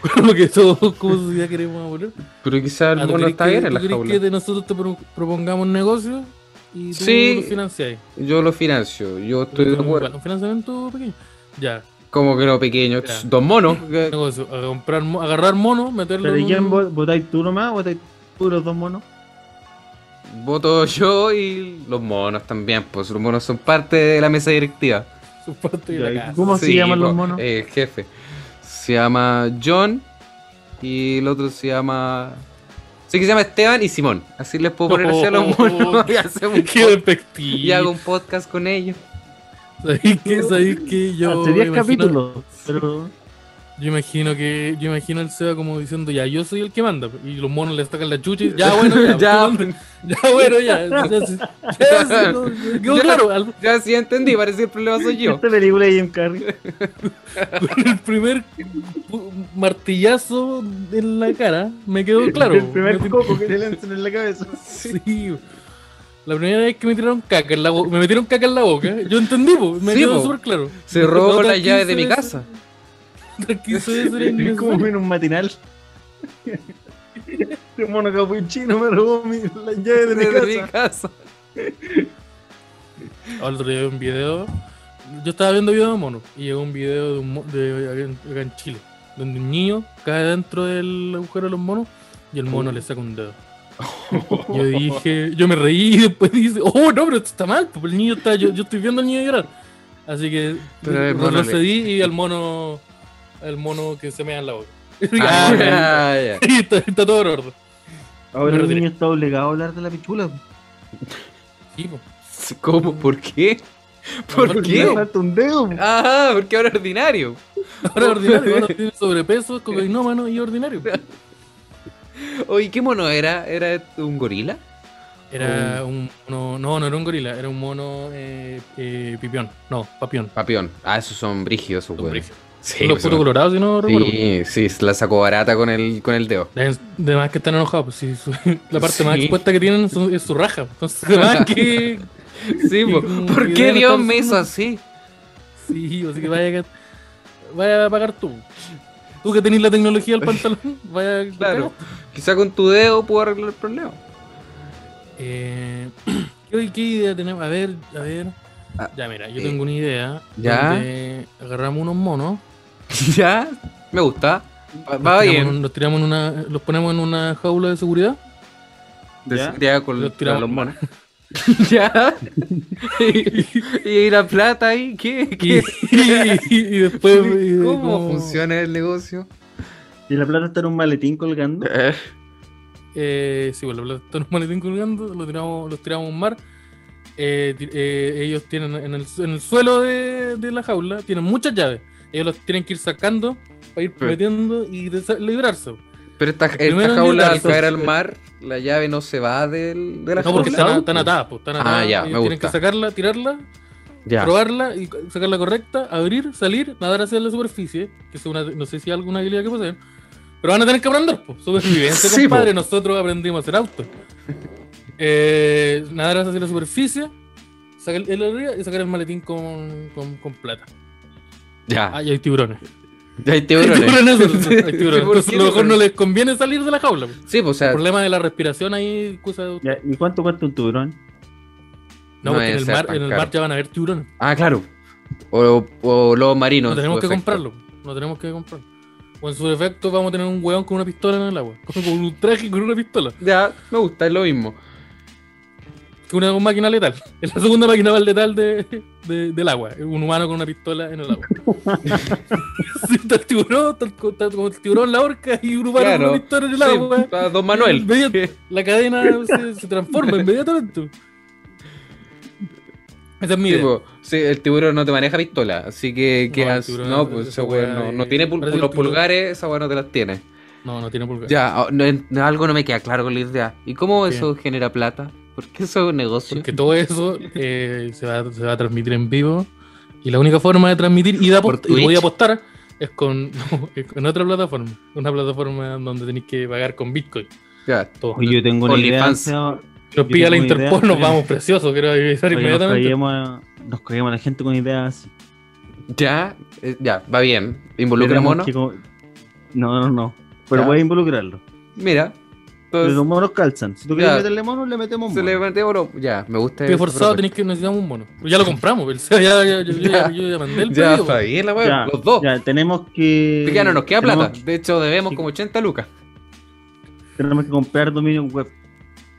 Speaker 4: [LAUGHS] Con lo que todos como sociedad queremos abolir.
Speaker 2: Pero quizás el
Speaker 4: Ah, ¿tú
Speaker 2: mono
Speaker 4: crees
Speaker 2: está
Speaker 4: que-
Speaker 2: bien en
Speaker 4: tú
Speaker 2: la
Speaker 4: crees
Speaker 2: jaula.
Speaker 4: que de nosotros te pro- propongamos un negocio y tú
Speaker 2: Sí.
Speaker 4: lo financiáis?
Speaker 2: Yo lo financio, yo estoy de
Speaker 4: Un-
Speaker 2: acuerdo.
Speaker 4: Un financiamiento pequeño. Ya,
Speaker 2: Como que no pequeño,
Speaker 4: Mira.
Speaker 2: dos monos. que-
Speaker 4: negocio. A comprar, mo- agarrar mono, meterlo
Speaker 1: Pero ¿y
Speaker 4: en
Speaker 1: quién
Speaker 4: un...
Speaker 1: vo- votáis tú nomás? ¿Votáis tú los dos monos?
Speaker 2: Voto yo y los monos también, pues los monos son parte de la mesa directiva.
Speaker 4: su parte de la
Speaker 1: Ya,
Speaker 4: casa.
Speaker 1: ¿Cómo se llaman los
Speaker 2: po,
Speaker 1: monos?
Speaker 2: eh, El jefe. Se llama John y el otro se llama. Sí, que se llama Esteban y Simón. Así les puedo poner así
Speaker 1: [LAUGHS]
Speaker 2: a los
Speaker 1: Oh.
Speaker 2: monos. Y, hacemos un
Speaker 4: Qué
Speaker 2: pod-
Speaker 4: despectivo.
Speaker 2: y hago un
Speaker 1: [LAUGHS]
Speaker 2: podcast con ellos.
Speaker 4: ¿Sabéis qué? ¿Sabéis qué? Yo.
Speaker 1: Hace 10
Speaker 4: me imagino-
Speaker 1: capítulos. Pero
Speaker 4: Yo imagino que, yo imagino al Seba como diciendo, ya, yo soy el que manda. Y los monos le sacan la chucha y ya, bueno,
Speaker 2: Ya.
Speaker 4: ya, ya, ya bueno, ya. ya, ya, sí, ya, sí, no, quedó
Speaker 2: Ya.
Speaker 4: claro, al-
Speaker 2: Ya sí entendí, parece que el problema soy [LAUGHS] yo.
Speaker 1: Esta película de Jim Carrey.
Speaker 2: [LAUGHS]
Speaker 4: el primer pu- martillazo en la cara me quedó claro.
Speaker 1: El primer
Speaker 4: Me-
Speaker 1: coco que le lanzan en la cabeza.
Speaker 4: [LAUGHS] Sí. La primera vez que me tiraron caca en la boca, me metieron caca en la boca, yo entendí, po, me
Speaker 2: Sí,
Speaker 4: quedó
Speaker 2: po.
Speaker 4: súper claro.
Speaker 1: [LAUGHS]
Speaker 2: Se robó con
Speaker 4: Otras
Speaker 2: las llaves de
Speaker 4: 15
Speaker 2: mi
Speaker 4: veces-
Speaker 2: casa.
Speaker 4: otras 15 veces era
Speaker 1: Es como
Speaker 4: innecesario.
Speaker 1: en un
Speaker 2: [LAUGHS]
Speaker 1: matinal. Este mono capuchino me robó mi, la llave [LAUGHS]
Speaker 2: [LAUGHS]
Speaker 1: de mi
Speaker 2: De mi
Speaker 1: casa. [LAUGHS]
Speaker 2: casa.
Speaker 4: Al Ah, otro día vi un video. Yo estaba viendo videos de monos y llegó un video de un mo- de acá en- acá en Chile, donde un niño cae dentro del agujero de los monos y el
Speaker 1: Oh.
Speaker 4: mono le saca un dedo. Yo dije, yo me reí y después dice, oh no, pero esto está mal, porque el niño está, yo, yo estoy viendo al niño llorar. Así que
Speaker 2: Pero el mono le-
Speaker 4: retrocedí y al mono, al mono que se mea en la boca. [LAUGHS]
Speaker 2: Ah, ya.
Speaker 4: Y está, está todo en orden.
Speaker 1: Ahora
Speaker 4: Pero
Speaker 1: el
Speaker 4: diré-
Speaker 1: niño está obligado a hablar de la pichula.
Speaker 4: Sí, po.
Speaker 2: ¿Cómo? ¿Por qué? ¿Por
Speaker 4: Porque
Speaker 1: Le
Speaker 2: qué?
Speaker 1: falta un dedo. po.
Speaker 2: Ah, porque ahora ordinario.
Speaker 4: Ahora
Speaker 2: [LAUGHS]
Speaker 4: ordinario, ahora tiene sobrepeso, cocainómano y ordinario.
Speaker 2: Oye, ¿qué mono era? ¿Era un gorila?
Speaker 4: Era un mono, no, no era un gorila, era un mono eh, eh, pipión, no, papión.
Speaker 2: Papión. Ah, esos son brigios, esos
Speaker 4: Son
Speaker 2: güeyes.
Speaker 4: brígidos.
Speaker 2: Sí,
Speaker 4: los
Speaker 2: son-
Speaker 4: putos colorados, si no recuerdo.
Speaker 2: sí, sí, se la sacó barata con el, con el dedo.
Speaker 4: Deben- Además que están enojados, pues, sí, su- [LAUGHS] la parte más
Speaker 2: Sí.
Speaker 4: expuesta que tienen su- es su raja. pues. Entonces, [LAUGHS] además que...
Speaker 2: [LAUGHS] Sí, po.
Speaker 4: como
Speaker 2: ¿por
Speaker 4: que
Speaker 2: qué
Speaker 4: deben
Speaker 2: Dios
Speaker 4: estar
Speaker 2: me hizo
Speaker 4: haciendo-
Speaker 2: así?
Speaker 4: Sí, así que vaya, que- vaya a pagar tú. Tú que tenés la tecnología del pantalón, [LAUGHS] vaya a
Speaker 2: Claro. Quizá con tu dedo puedo arreglar el problema.
Speaker 4: Eh, [CLEARS THROAT] ¿qué, qué idea tenemos? A ver, a ver.
Speaker 2: Ah,
Speaker 4: ya, mira, yo
Speaker 2: eh,
Speaker 4: tengo una idea.
Speaker 2: ¿ya?
Speaker 4: donde agarramos unos monos.
Speaker 2: [LAUGHS] ya, me gusta. Va,
Speaker 4: los
Speaker 2: va
Speaker 4: tiramos en
Speaker 2: bien.
Speaker 4: un- Los, tiramos en una, los ponemos en una jaula
Speaker 2: [LAUGHS]
Speaker 4: de seguridad.
Speaker 2: Te
Speaker 1: Ya.
Speaker 2: sentía con
Speaker 4: Lo
Speaker 2: con
Speaker 4: tiramos.
Speaker 2: los [LAUGHS] monos. ya. [LAUGHS] y, y la plata ahí, ¿qué?
Speaker 4: Y, [LAUGHS]
Speaker 2: ¿Qué?
Speaker 4: y después. y-
Speaker 2: ¿Cómo
Speaker 4: como-
Speaker 2: funciona el negocio?
Speaker 1: Y la plata está en un maletín colgando.
Speaker 4: Eh, sí, bueno, los tenemos maletín colgando, los tiramos, los tiramos a un mar. Eh, ti- eh, ellos tienen en el, en el suelo de, de la jaula, tienen muchas llaves. Ellos los tienen que ir sacando para ir
Speaker 2: Sí.
Speaker 4: metiendo y desa- librarse.
Speaker 2: Pero esta,
Speaker 4: Primero
Speaker 2: esta jaula al
Speaker 4: enmendar,
Speaker 2: caer al
Speaker 4: entonces.
Speaker 2: mar, la llave no se va del, de la
Speaker 4: No, porque
Speaker 2: jaula.
Speaker 4: están, están atadas, pues, están
Speaker 2: Ah,
Speaker 4: atadas.
Speaker 2: ya,
Speaker 4: Ellos
Speaker 2: me
Speaker 4: tienen
Speaker 2: gusta.
Speaker 4: que sacarla, tirarla,
Speaker 2: Ya.
Speaker 4: probarla y sacarla correcta, abrir, salir, nadar hacia la superficie, que es una, no sé si es alguna habilidad que poseen, pero van a tener que aprender, pues, supervivencia,
Speaker 2: [LAUGHS] Sí,
Speaker 4: compadre,
Speaker 2: po.
Speaker 4: nosotros aprendimos a hacer auto. Eh, nadar hacia la superficie, sacar el arriba y sacar el maletín con, con, con plata.
Speaker 2: Ya.
Speaker 4: Ah, y hay tiburones.
Speaker 2: Hay
Speaker 4: [LAUGHS] Hay
Speaker 2: tiburones.
Speaker 4: tiburones, pues,
Speaker 2: [LAUGHS]
Speaker 4: hay tiburones.
Speaker 2: ¿Por
Speaker 4: Entonces,
Speaker 2: qué
Speaker 4: a lo mejor
Speaker 2: tiburones?
Speaker 4: no les conviene salir de la jaula. po.
Speaker 2: Sí, pues, o
Speaker 4: El
Speaker 2: sea,
Speaker 4: problema de la respiración ahí, cosa de-
Speaker 1: Ya, ¿Y cuánto cuesta un tiburón?
Speaker 2: No
Speaker 4: No, porque en
Speaker 2: debe
Speaker 4: el,
Speaker 2: ser
Speaker 4: mar,
Speaker 2: tan
Speaker 4: en el
Speaker 2: caro.
Speaker 4: mar ya van a haber tiburones.
Speaker 2: Ah, claro. O, o lobos marinos.
Speaker 4: No
Speaker 2: en
Speaker 4: tenemos
Speaker 2: su
Speaker 4: que
Speaker 2: defecto.
Speaker 4: comprarlo. No tenemos que comprarlo. O en su defecto vamos a tener un hueón con una pistola en el agua. [LAUGHS] Con un traje y con una pistola.
Speaker 2: Ya, me gusta, es lo mismo.
Speaker 4: Que una máquina letal. [LAUGHS] Es la segunda máquina más letal de, de- del agua. Un humano con una pistola en el
Speaker 2: [LAUGHS]
Speaker 4: agua. Sí, está el tiburón, está, el- está como el tiburón en la horca y un humano
Speaker 2: Claro.
Speaker 4: con una pistola en el
Speaker 2: Sí,
Speaker 4: agua.
Speaker 2: a Don
Speaker 4: [LAUGHS]
Speaker 2: Manuel.
Speaker 4: Inmediato-
Speaker 2: [LAUGHS]
Speaker 4: la cadena se, se transforma inmediatamente. Esa es mi idea.
Speaker 2: Tipo, sí, el tiburón no te maneja pistola, así que
Speaker 4: No, el
Speaker 2: quedas. No,
Speaker 4: tiburón no-
Speaker 2: pues esa
Speaker 4: esa
Speaker 2: weá
Speaker 4: weá
Speaker 2: no, no
Speaker 4: es-
Speaker 2: tiene pul-
Speaker 4: parece que el
Speaker 2: los
Speaker 4: tiburón-
Speaker 2: pulgares, esa weá no te las tiene.
Speaker 4: No, no tiene pulgar.
Speaker 2: Ya, ah, no, en- algo no me queda claro con la idea. ¿Y cómo
Speaker 4: ¿Qué?
Speaker 2: eso genera plata? Porque eso es un negocio.
Speaker 4: Porque todo eso eh, se, va, se va a transmitir en vivo. Y la única forma de transmitir y de
Speaker 2: ¿Por
Speaker 4: apost- y
Speaker 2: Twitch?
Speaker 4: voy a apostar es con, [LAUGHS] es con otra plataforma. Una plataforma donde tenéis que pagar con Bitcoin.
Speaker 2: Ya.
Speaker 4: Todo.
Speaker 1: Yo tengo
Speaker 2: una
Speaker 1: una
Speaker 2: idea,
Speaker 1: idea.
Speaker 2: OnlyFans.
Speaker 1: Nos
Speaker 4: Nos pilla la
Speaker 1: tengo una idea,
Speaker 4: Interpol, nos
Speaker 1: pero-
Speaker 4: vamos preciosos. Quiero avisar inmediatamente.
Speaker 1: caímos a- nos caímos a la gente con ideas.
Speaker 2: Ya, eh, ya, va bien. Involucra
Speaker 1: Tenemos
Speaker 2: mono.
Speaker 1: que co- No, no, no. Pero
Speaker 2: Ya.
Speaker 1: voy a involucrarlo.
Speaker 2: Mira.
Speaker 1: Pero
Speaker 2: Entonces,
Speaker 1: los monos calzan. Si tú
Speaker 2: Ya.
Speaker 1: quieres meterle monos, le metemos
Speaker 2: se le
Speaker 1: monos.
Speaker 2: mete oro. Ya, me gusta.
Speaker 4: Estoy
Speaker 2: esa
Speaker 4: forzado,
Speaker 2: propuesta.
Speaker 4: tenéis que necesitamos un mono. Pero ya lo compramos. el- [LAUGHS] Ya, ya, ya, yo- yo-
Speaker 2: Ya.
Speaker 4: yo ya mandé el
Speaker 2: Ya,
Speaker 4: pedido. pues.
Speaker 2: está bien la weá.
Speaker 1: Ya,
Speaker 2: Los dos.
Speaker 1: Ya, tenemos que.
Speaker 2: Ya no nos queda plata.
Speaker 1: Tenemos,
Speaker 2: De hecho, debemos como 80 lucas.
Speaker 1: tenemos que comprar dominio web.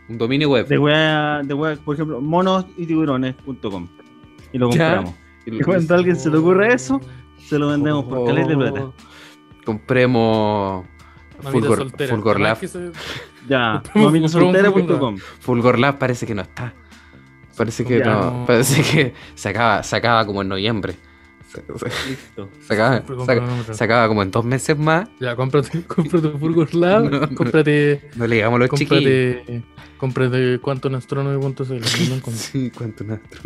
Speaker 2: Un dominio web.
Speaker 1: De wea, de wea, por ejemplo, monos y tiburones.com. Y lo
Speaker 2: Ya.
Speaker 1: compramos.
Speaker 2: Y
Speaker 1: Y
Speaker 2: lo-
Speaker 1: cuando a alguien se le ocurra eso, se lo vendemos por
Speaker 2: Oh.
Speaker 1: caleta de plata.
Speaker 2: Compremos
Speaker 4: Mamita
Speaker 2: Fulgor,
Speaker 4: soltera.
Speaker 2: Fulgor
Speaker 4: Además
Speaker 2: Lab.
Speaker 4: que se-
Speaker 1: Ya,
Speaker 4: Compramos
Speaker 1: maminosoltera.com.
Speaker 2: Fulgor Lab parece que no está. Parece que
Speaker 1: Ya,
Speaker 2: no,
Speaker 4: no.
Speaker 2: Parece que se acaba, se acaba como en noviembre. Se, se-
Speaker 1: Listo.
Speaker 2: se acaba,
Speaker 4: Siempre
Speaker 2: se-
Speaker 4: compro una otra.
Speaker 2: se acaba como en dos meses más.
Speaker 4: Ya, cómprate, [LAUGHS] cómprate un
Speaker 2: [LAUGHS]
Speaker 4: Burger Lab,
Speaker 2: No, no.
Speaker 4: cómprate,
Speaker 2: No le digamos a los chiquillos.
Speaker 4: cómprate, cómprate cuánto astronomía y cuánto se lo
Speaker 2: [LAUGHS]
Speaker 4: compro.
Speaker 2: Sí, cuánto un astro.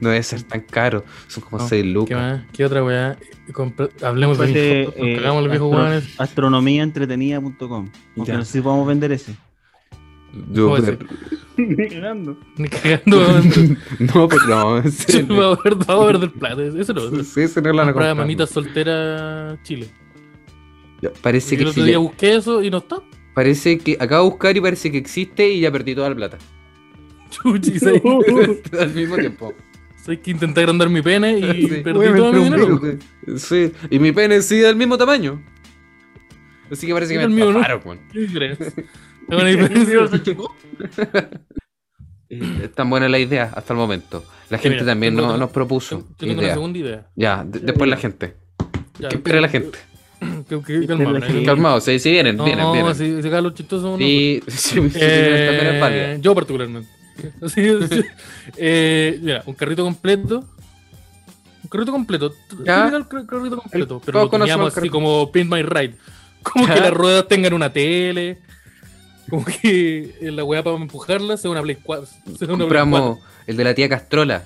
Speaker 2: No debe ser tan caro. Son como
Speaker 4: No,
Speaker 2: 6
Speaker 4: ¿Qué
Speaker 2: lucas.
Speaker 4: más? ¿Qué otra weá? Compra- Hablemos de
Speaker 1: Cómprate,
Speaker 4: videojuegos, nos
Speaker 1: eh,
Speaker 4: cagamos los viejos
Speaker 1: astro-
Speaker 4: weones.
Speaker 1: Astronomiaentretenida.com. Aunque
Speaker 2: Ya.
Speaker 1: no sé si podemos vender [LAUGHS] ese.
Speaker 2: Yo-
Speaker 4: Joder.
Speaker 1: Ganando.
Speaker 4: Ni cagando, weón.
Speaker 2: [LAUGHS] no, pero no.
Speaker 4: [LAUGHS]
Speaker 2: en serio.
Speaker 4: Va a haber- va a haber del plato. Eso no es.
Speaker 2: Sí, eso no lo van a
Speaker 4: Compra
Speaker 2: comprar.
Speaker 4: mamita soltera Chile.
Speaker 2: Ya, Parece
Speaker 4: Y el
Speaker 2: que,
Speaker 4: otro
Speaker 2: sí,
Speaker 4: día
Speaker 2: ya-
Speaker 4: busqué eso y no está. [LAUGHS]
Speaker 2: parece que acabo de buscar y parece que existe y ya perdí toda la plata. [LAUGHS]
Speaker 4: Chuchi, ¿sabes?
Speaker 2: Al mismo tiempo.
Speaker 4: Sabes que intenté agrandar mi pene y
Speaker 2: Sí.
Speaker 4: perdí todo mi dinero.
Speaker 2: Sí, y mi pene sigue del mismo tamaño. Así que parece que
Speaker 4: Era el
Speaker 2: me
Speaker 4: mío, ¿no?
Speaker 2: estafaron, weón.
Speaker 4: ¿Qué crees?
Speaker 2: [LAUGHS]
Speaker 4: Tengo una diferencia.
Speaker 2: Eh, Tan buena la idea hasta el momento. La gente
Speaker 4: mira,
Speaker 2: también
Speaker 4: tengo
Speaker 2: no-
Speaker 4: otra-
Speaker 2: nos propuso
Speaker 4: Yo tengo una
Speaker 2: ideas.
Speaker 4: segunda idea.
Speaker 2: Ya, de- después la gente.
Speaker 4: Ya,
Speaker 2: Que espere la gente.
Speaker 4: que- que- que- calmado,
Speaker 1: Espera la
Speaker 4: ¿no?
Speaker 1: gente.
Speaker 2: Calmado, sí, sí, vienen,
Speaker 4: No,
Speaker 2: vienen, vienen. Sí,
Speaker 4: si si acá los chistosos no,
Speaker 2: sí, sí, sí, también es válida.
Speaker 4: Eh, yo particularmente. [LAUGHS] Así es. Eh, mira, un carrito completo. Un carrito completo.
Speaker 2: Ya.
Speaker 4: Típico el car- carrito completo. pero
Speaker 2: todos
Speaker 4: lo teníamos
Speaker 2: conocemos el
Speaker 4: así
Speaker 2: carrito.
Speaker 4: como Pin My Ride. Como
Speaker 2: Ya.
Speaker 4: que las ruedas tengan una tele. Como que eh, la weá para empujarla sea una Play 4. Sea una Play 4.
Speaker 2: Compramos el de la tía Castrola.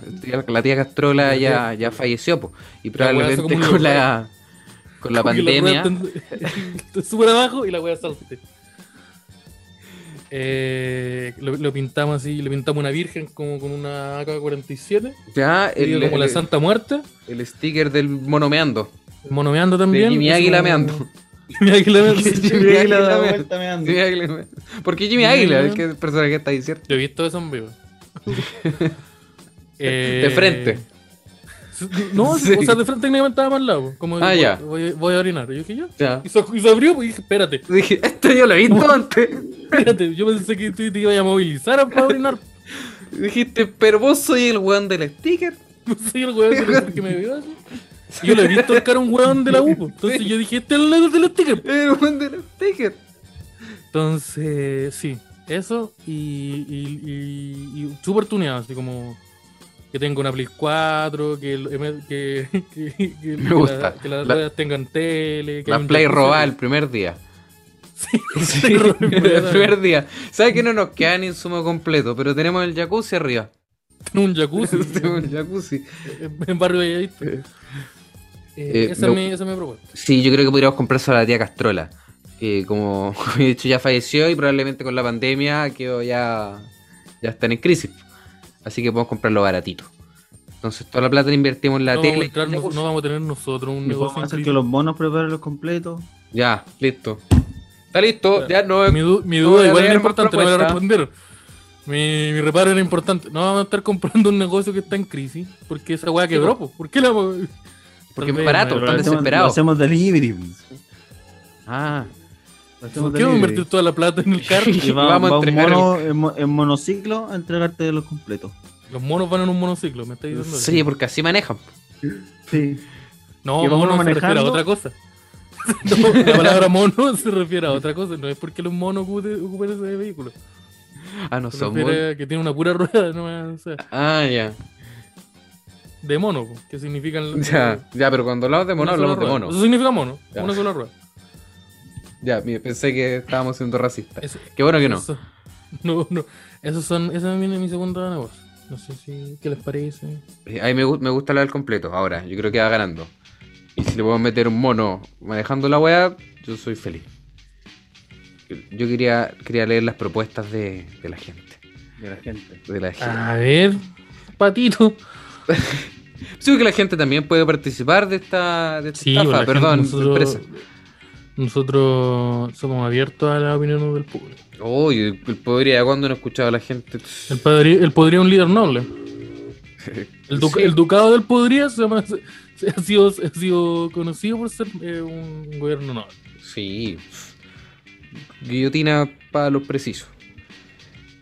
Speaker 2: La tía Castrola
Speaker 4: La tía-
Speaker 2: ya, ya falleció, po. Y
Speaker 4: La weá hace
Speaker 2: probablemente
Speaker 4: como un
Speaker 2: con la, con la
Speaker 4: Como que
Speaker 2: pandemia.
Speaker 4: rueda [LAUGHS] está súper abajo y la weá salte. Eh, lo, lo pintamos así, le pintamos una virgen como con una AK-47.
Speaker 2: Ya, el,
Speaker 4: como la
Speaker 2: el-
Speaker 4: Santa Muerte.
Speaker 2: el sticker del mono meando.
Speaker 4: El mono meando también.
Speaker 2: De Jimmy
Speaker 4: es
Speaker 2: Águila
Speaker 4: un-
Speaker 2: meando.
Speaker 4: [LAUGHS] Jimmy Águila
Speaker 2: [LAUGHS]
Speaker 4: meando.
Speaker 2: Sí,
Speaker 4: sí.
Speaker 2: Jimmy Águila
Speaker 1: Dale
Speaker 2: meando.
Speaker 1: vuelta, me ando.
Speaker 2: [LAUGHS] Jimmy Águila meando. ¿Por qué Jimmy Águila?
Speaker 4: Jimmy
Speaker 2: Es que el personaje está diciendo.
Speaker 4: Yo he visto eso en
Speaker 2: [LAUGHS]
Speaker 4: vivo. Eh,
Speaker 2: De frente. [LAUGHS]
Speaker 4: No,
Speaker 2: Sí.
Speaker 4: o sea, de frente técnicamente estaba más al lado. Como
Speaker 2: Ah,
Speaker 4: voy,
Speaker 2: ya.
Speaker 4: Voy, voy a orinar. Y yo dije, ya.
Speaker 2: Ya.
Speaker 4: Y se, y se abrió pues, y dije, espérate,
Speaker 2: Dije, esto yo lo he visto antes.
Speaker 4: espérate. Yo pensé que tú te ibas a movilizar para orinar. [LAUGHS]
Speaker 2: Dijiste, pero vos soy el weón del sticker.
Speaker 4: No sé, el weón que me vio así. Y Yo lo he visto tocar a un weón de la U. pues. Entonces yo dije, este es el lado de los stickers.
Speaker 2: El weón del sticker.
Speaker 4: Entonces, sí, eso y, y, y, y súper tuneado, así como que tenga una Play 4, que, el- que, [LAUGHS] que, que- que
Speaker 2: Me
Speaker 4: la-
Speaker 2: gusta.
Speaker 4: que las
Speaker 2: La-
Speaker 4: ruedas tengan tele. Que
Speaker 2: La
Speaker 4: haya un
Speaker 2: play
Speaker 4: jacuzzi.
Speaker 2: robada el primer día.
Speaker 4: [LAUGHS] Sí, [LAUGHS]
Speaker 2: Sí, [LAUGHS] el primer día. ¿Sabes que no nos queda ni insumo completo? Pero tenemos el jacuzzi arriba.
Speaker 4: un jacuzzi [LAUGHS]
Speaker 2: Tenemos el jacuzzi.
Speaker 4: en en barrio Bellavista. Eh,
Speaker 2: Eh,
Speaker 4: esa,
Speaker 2: no-
Speaker 4: es mi, esa es mi propuesta.
Speaker 2: Sí, yo creo que podríamos comprarse a la tía Castrola. Que como [LAUGHS] de hecho ya falleció y probablemente con la pandemia quedó ya, ya están en crisis. Así que podemos comprarlo baratito. Entonces toda la plata la invertimos en la
Speaker 4: no, vamos a
Speaker 2: tele.
Speaker 4: entrar nos- no vamos a tener nosotros un
Speaker 1: Y podemos
Speaker 4: negocio.
Speaker 1: hacer que
Speaker 4: incluido.
Speaker 1: los monos preparen los completos.
Speaker 2: Ya, listo. Está listo,
Speaker 4: Claro.
Speaker 2: ya no
Speaker 4: Mi, du- mi
Speaker 2: no voy
Speaker 4: duda
Speaker 2: a
Speaker 4: igual
Speaker 2: leer
Speaker 4: era
Speaker 2: más
Speaker 4: importante, no voy a
Speaker 2: propuesta.
Speaker 4: responder. Mi, mi reparo era importante. No vamos a estar comprando un negocio que está en crisis porque esa weá quebró. po. ¿Por qué la.?
Speaker 2: Porque
Speaker 4: Tal
Speaker 2: es
Speaker 4: vez,
Speaker 2: barato,
Speaker 4: no,
Speaker 1: Pero
Speaker 2: están
Speaker 1: lo hacemos- Lo
Speaker 2: desesperados.
Speaker 1: hacemos delivery. pues.
Speaker 2: Ah,
Speaker 1: Lo hacemos
Speaker 4: ¿Por qué vamos a
Speaker 1: delivery.
Speaker 4: invertir toda la plata
Speaker 2: [LAUGHS]
Speaker 4: en el carro?
Speaker 1: Y va,
Speaker 2: Vamos a
Speaker 1: va un
Speaker 2: entregar
Speaker 1: mono en, mo- en monociclo a entregarte los completos.
Speaker 4: Los monos van en un monociclo, me está diciendo.
Speaker 2: sí, porque así manejan.
Speaker 1: Sí.
Speaker 4: No,
Speaker 1: Y vamos
Speaker 4: mono se refiere a
Speaker 1: manejando.
Speaker 4: otra cosa. [LAUGHS] No, la palabra mono se refiere a otra cosa. No es porque los monos ocupen, ocupen ese vehículo.
Speaker 2: Ah, no
Speaker 4: Se
Speaker 2: son
Speaker 4: refiere
Speaker 2: muy-
Speaker 4: a que tiene una pura rueda, no o sea,
Speaker 2: Ah, ya.
Speaker 4: de mono, po, que significan. eh,
Speaker 2: Ya, ya, pero cuando hablamos de mono,
Speaker 4: una sola
Speaker 2: hablamos de
Speaker 4: rueda.
Speaker 2: mono.
Speaker 4: Eso significa mono,
Speaker 2: Ya.
Speaker 4: una sola rueda.
Speaker 2: Ya, mire, pensé que estábamos siendo racistas.
Speaker 4: Eso-
Speaker 2: Qué bueno que no.
Speaker 4: Eso- [LAUGHS] no, no. Esos son, esa es mi, mi segunda negocio. No sé si. ¿Qué les parece?
Speaker 2: Eh, A mí me, gu- me gusta la del completo. Ahora, yo creo que va ganando. Y si le puedo meter un mono manejando la weá, yo soy feliz. Yo quería, quería leer las propuestas de, de la gente.
Speaker 1: De la gente.
Speaker 2: De la gente.
Speaker 4: A ver. Patito.
Speaker 2: Sí, que la gente también puede participar de esta, de esta
Speaker 4: Sí,
Speaker 2: estafa,
Speaker 4: la gente-
Speaker 2: perdón,
Speaker 4: nosotros,
Speaker 2: empresa.
Speaker 4: nosotros somos abiertos a las opiniones del público.
Speaker 2: Uy, el el podría, cuando no he escuchado a la gente?
Speaker 4: El, podría- el podría es un líder noble. El, duca-
Speaker 2: Sí.
Speaker 4: el ducado del podría se llama- se- se- ha, sido, ha sido conocido por ser eh, un gobierno noble.
Speaker 2: Sí. Guillotina para los precisos.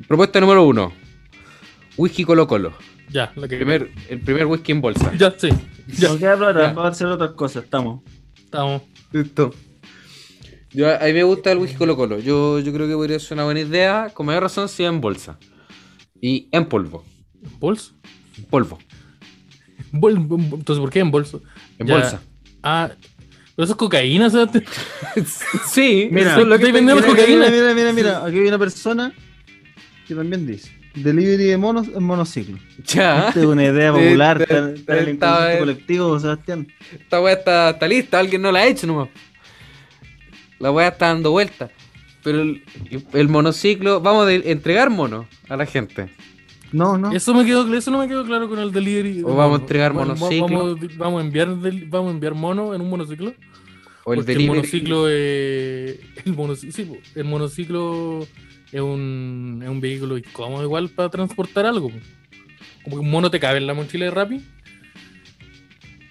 Speaker 2: Propuesta número uno. Whisky Colo Colo.
Speaker 4: Ya, la que.
Speaker 2: El primer, el primer whisky en bolsa.
Speaker 4: Ya, sí. Ya,
Speaker 1: No queda plata,
Speaker 2: Ya.
Speaker 1: vamos a hacer otras cosas, estamos.
Speaker 4: estamos.
Speaker 2: Listo. Yo, a mí me gusta el whisky Colo Colo. Yo, yo creo que podría ser una buena idea. Con mayor razón, si es en bolsa. Y en polvo.
Speaker 4: ¿Bolso?
Speaker 2: Polvo.
Speaker 4: Bol- bol- Entonces, ¿por qué en bolso?
Speaker 2: En
Speaker 4: Ya.
Speaker 2: bolsa. [LAUGHS]
Speaker 4: Ah, pero eso es cocaína, Sebastián.
Speaker 2: sí,
Speaker 1: Mira,
Speaker 2: eso es lo que
Speaker 4: estoy vendiendo
Speaker 2: estoy-
Speaker 4: cocaína.
Speaker 1: Mira, mira, mira, mira, aquí hay una persona que también dice, delivery de monos en monociclo.
Speaker 4: Ah.
Speaker 2: Ya,
Speaker 1: Esta es una idea
Speaker 2: Sí,
Speaker 1: popular
Speaker 2: te-
Speaker 1: para
Speaker 2: te-
Speaker 1: el
Speaker 2: estaba
Speaker 1: inconsciente
Speaker 2: bien.
Speaker 1: colectivo, Sebastián.
Speaker 2: esta weá está, está lista, alguien no la ha hecho nomás. La weá está dando vueltas. Pero el, el monociclo, vamos a de- entregar monos a la gente.
Speaker 1: No, no.
Speaker 4: Eso, me quedó, eso no me quedó claro con el delivery.
Speaker 2: O vamos a entregar
Speaker 4: Bueno, va-
Speaker 2: monociclo.
Speaker 4: Vamos, vamos a enviar, del- vamos a enviar mono en un monociclo.
Speaker 2: O el
Speaker 4: Porque
Speaker 2: delivery.
Speaker 4: el monociclo es. El monociclo, el monociclo es un, es un vehículo incómodo igual para transportar algo. po. Como que un mono te cabe en la mochila de Rappi.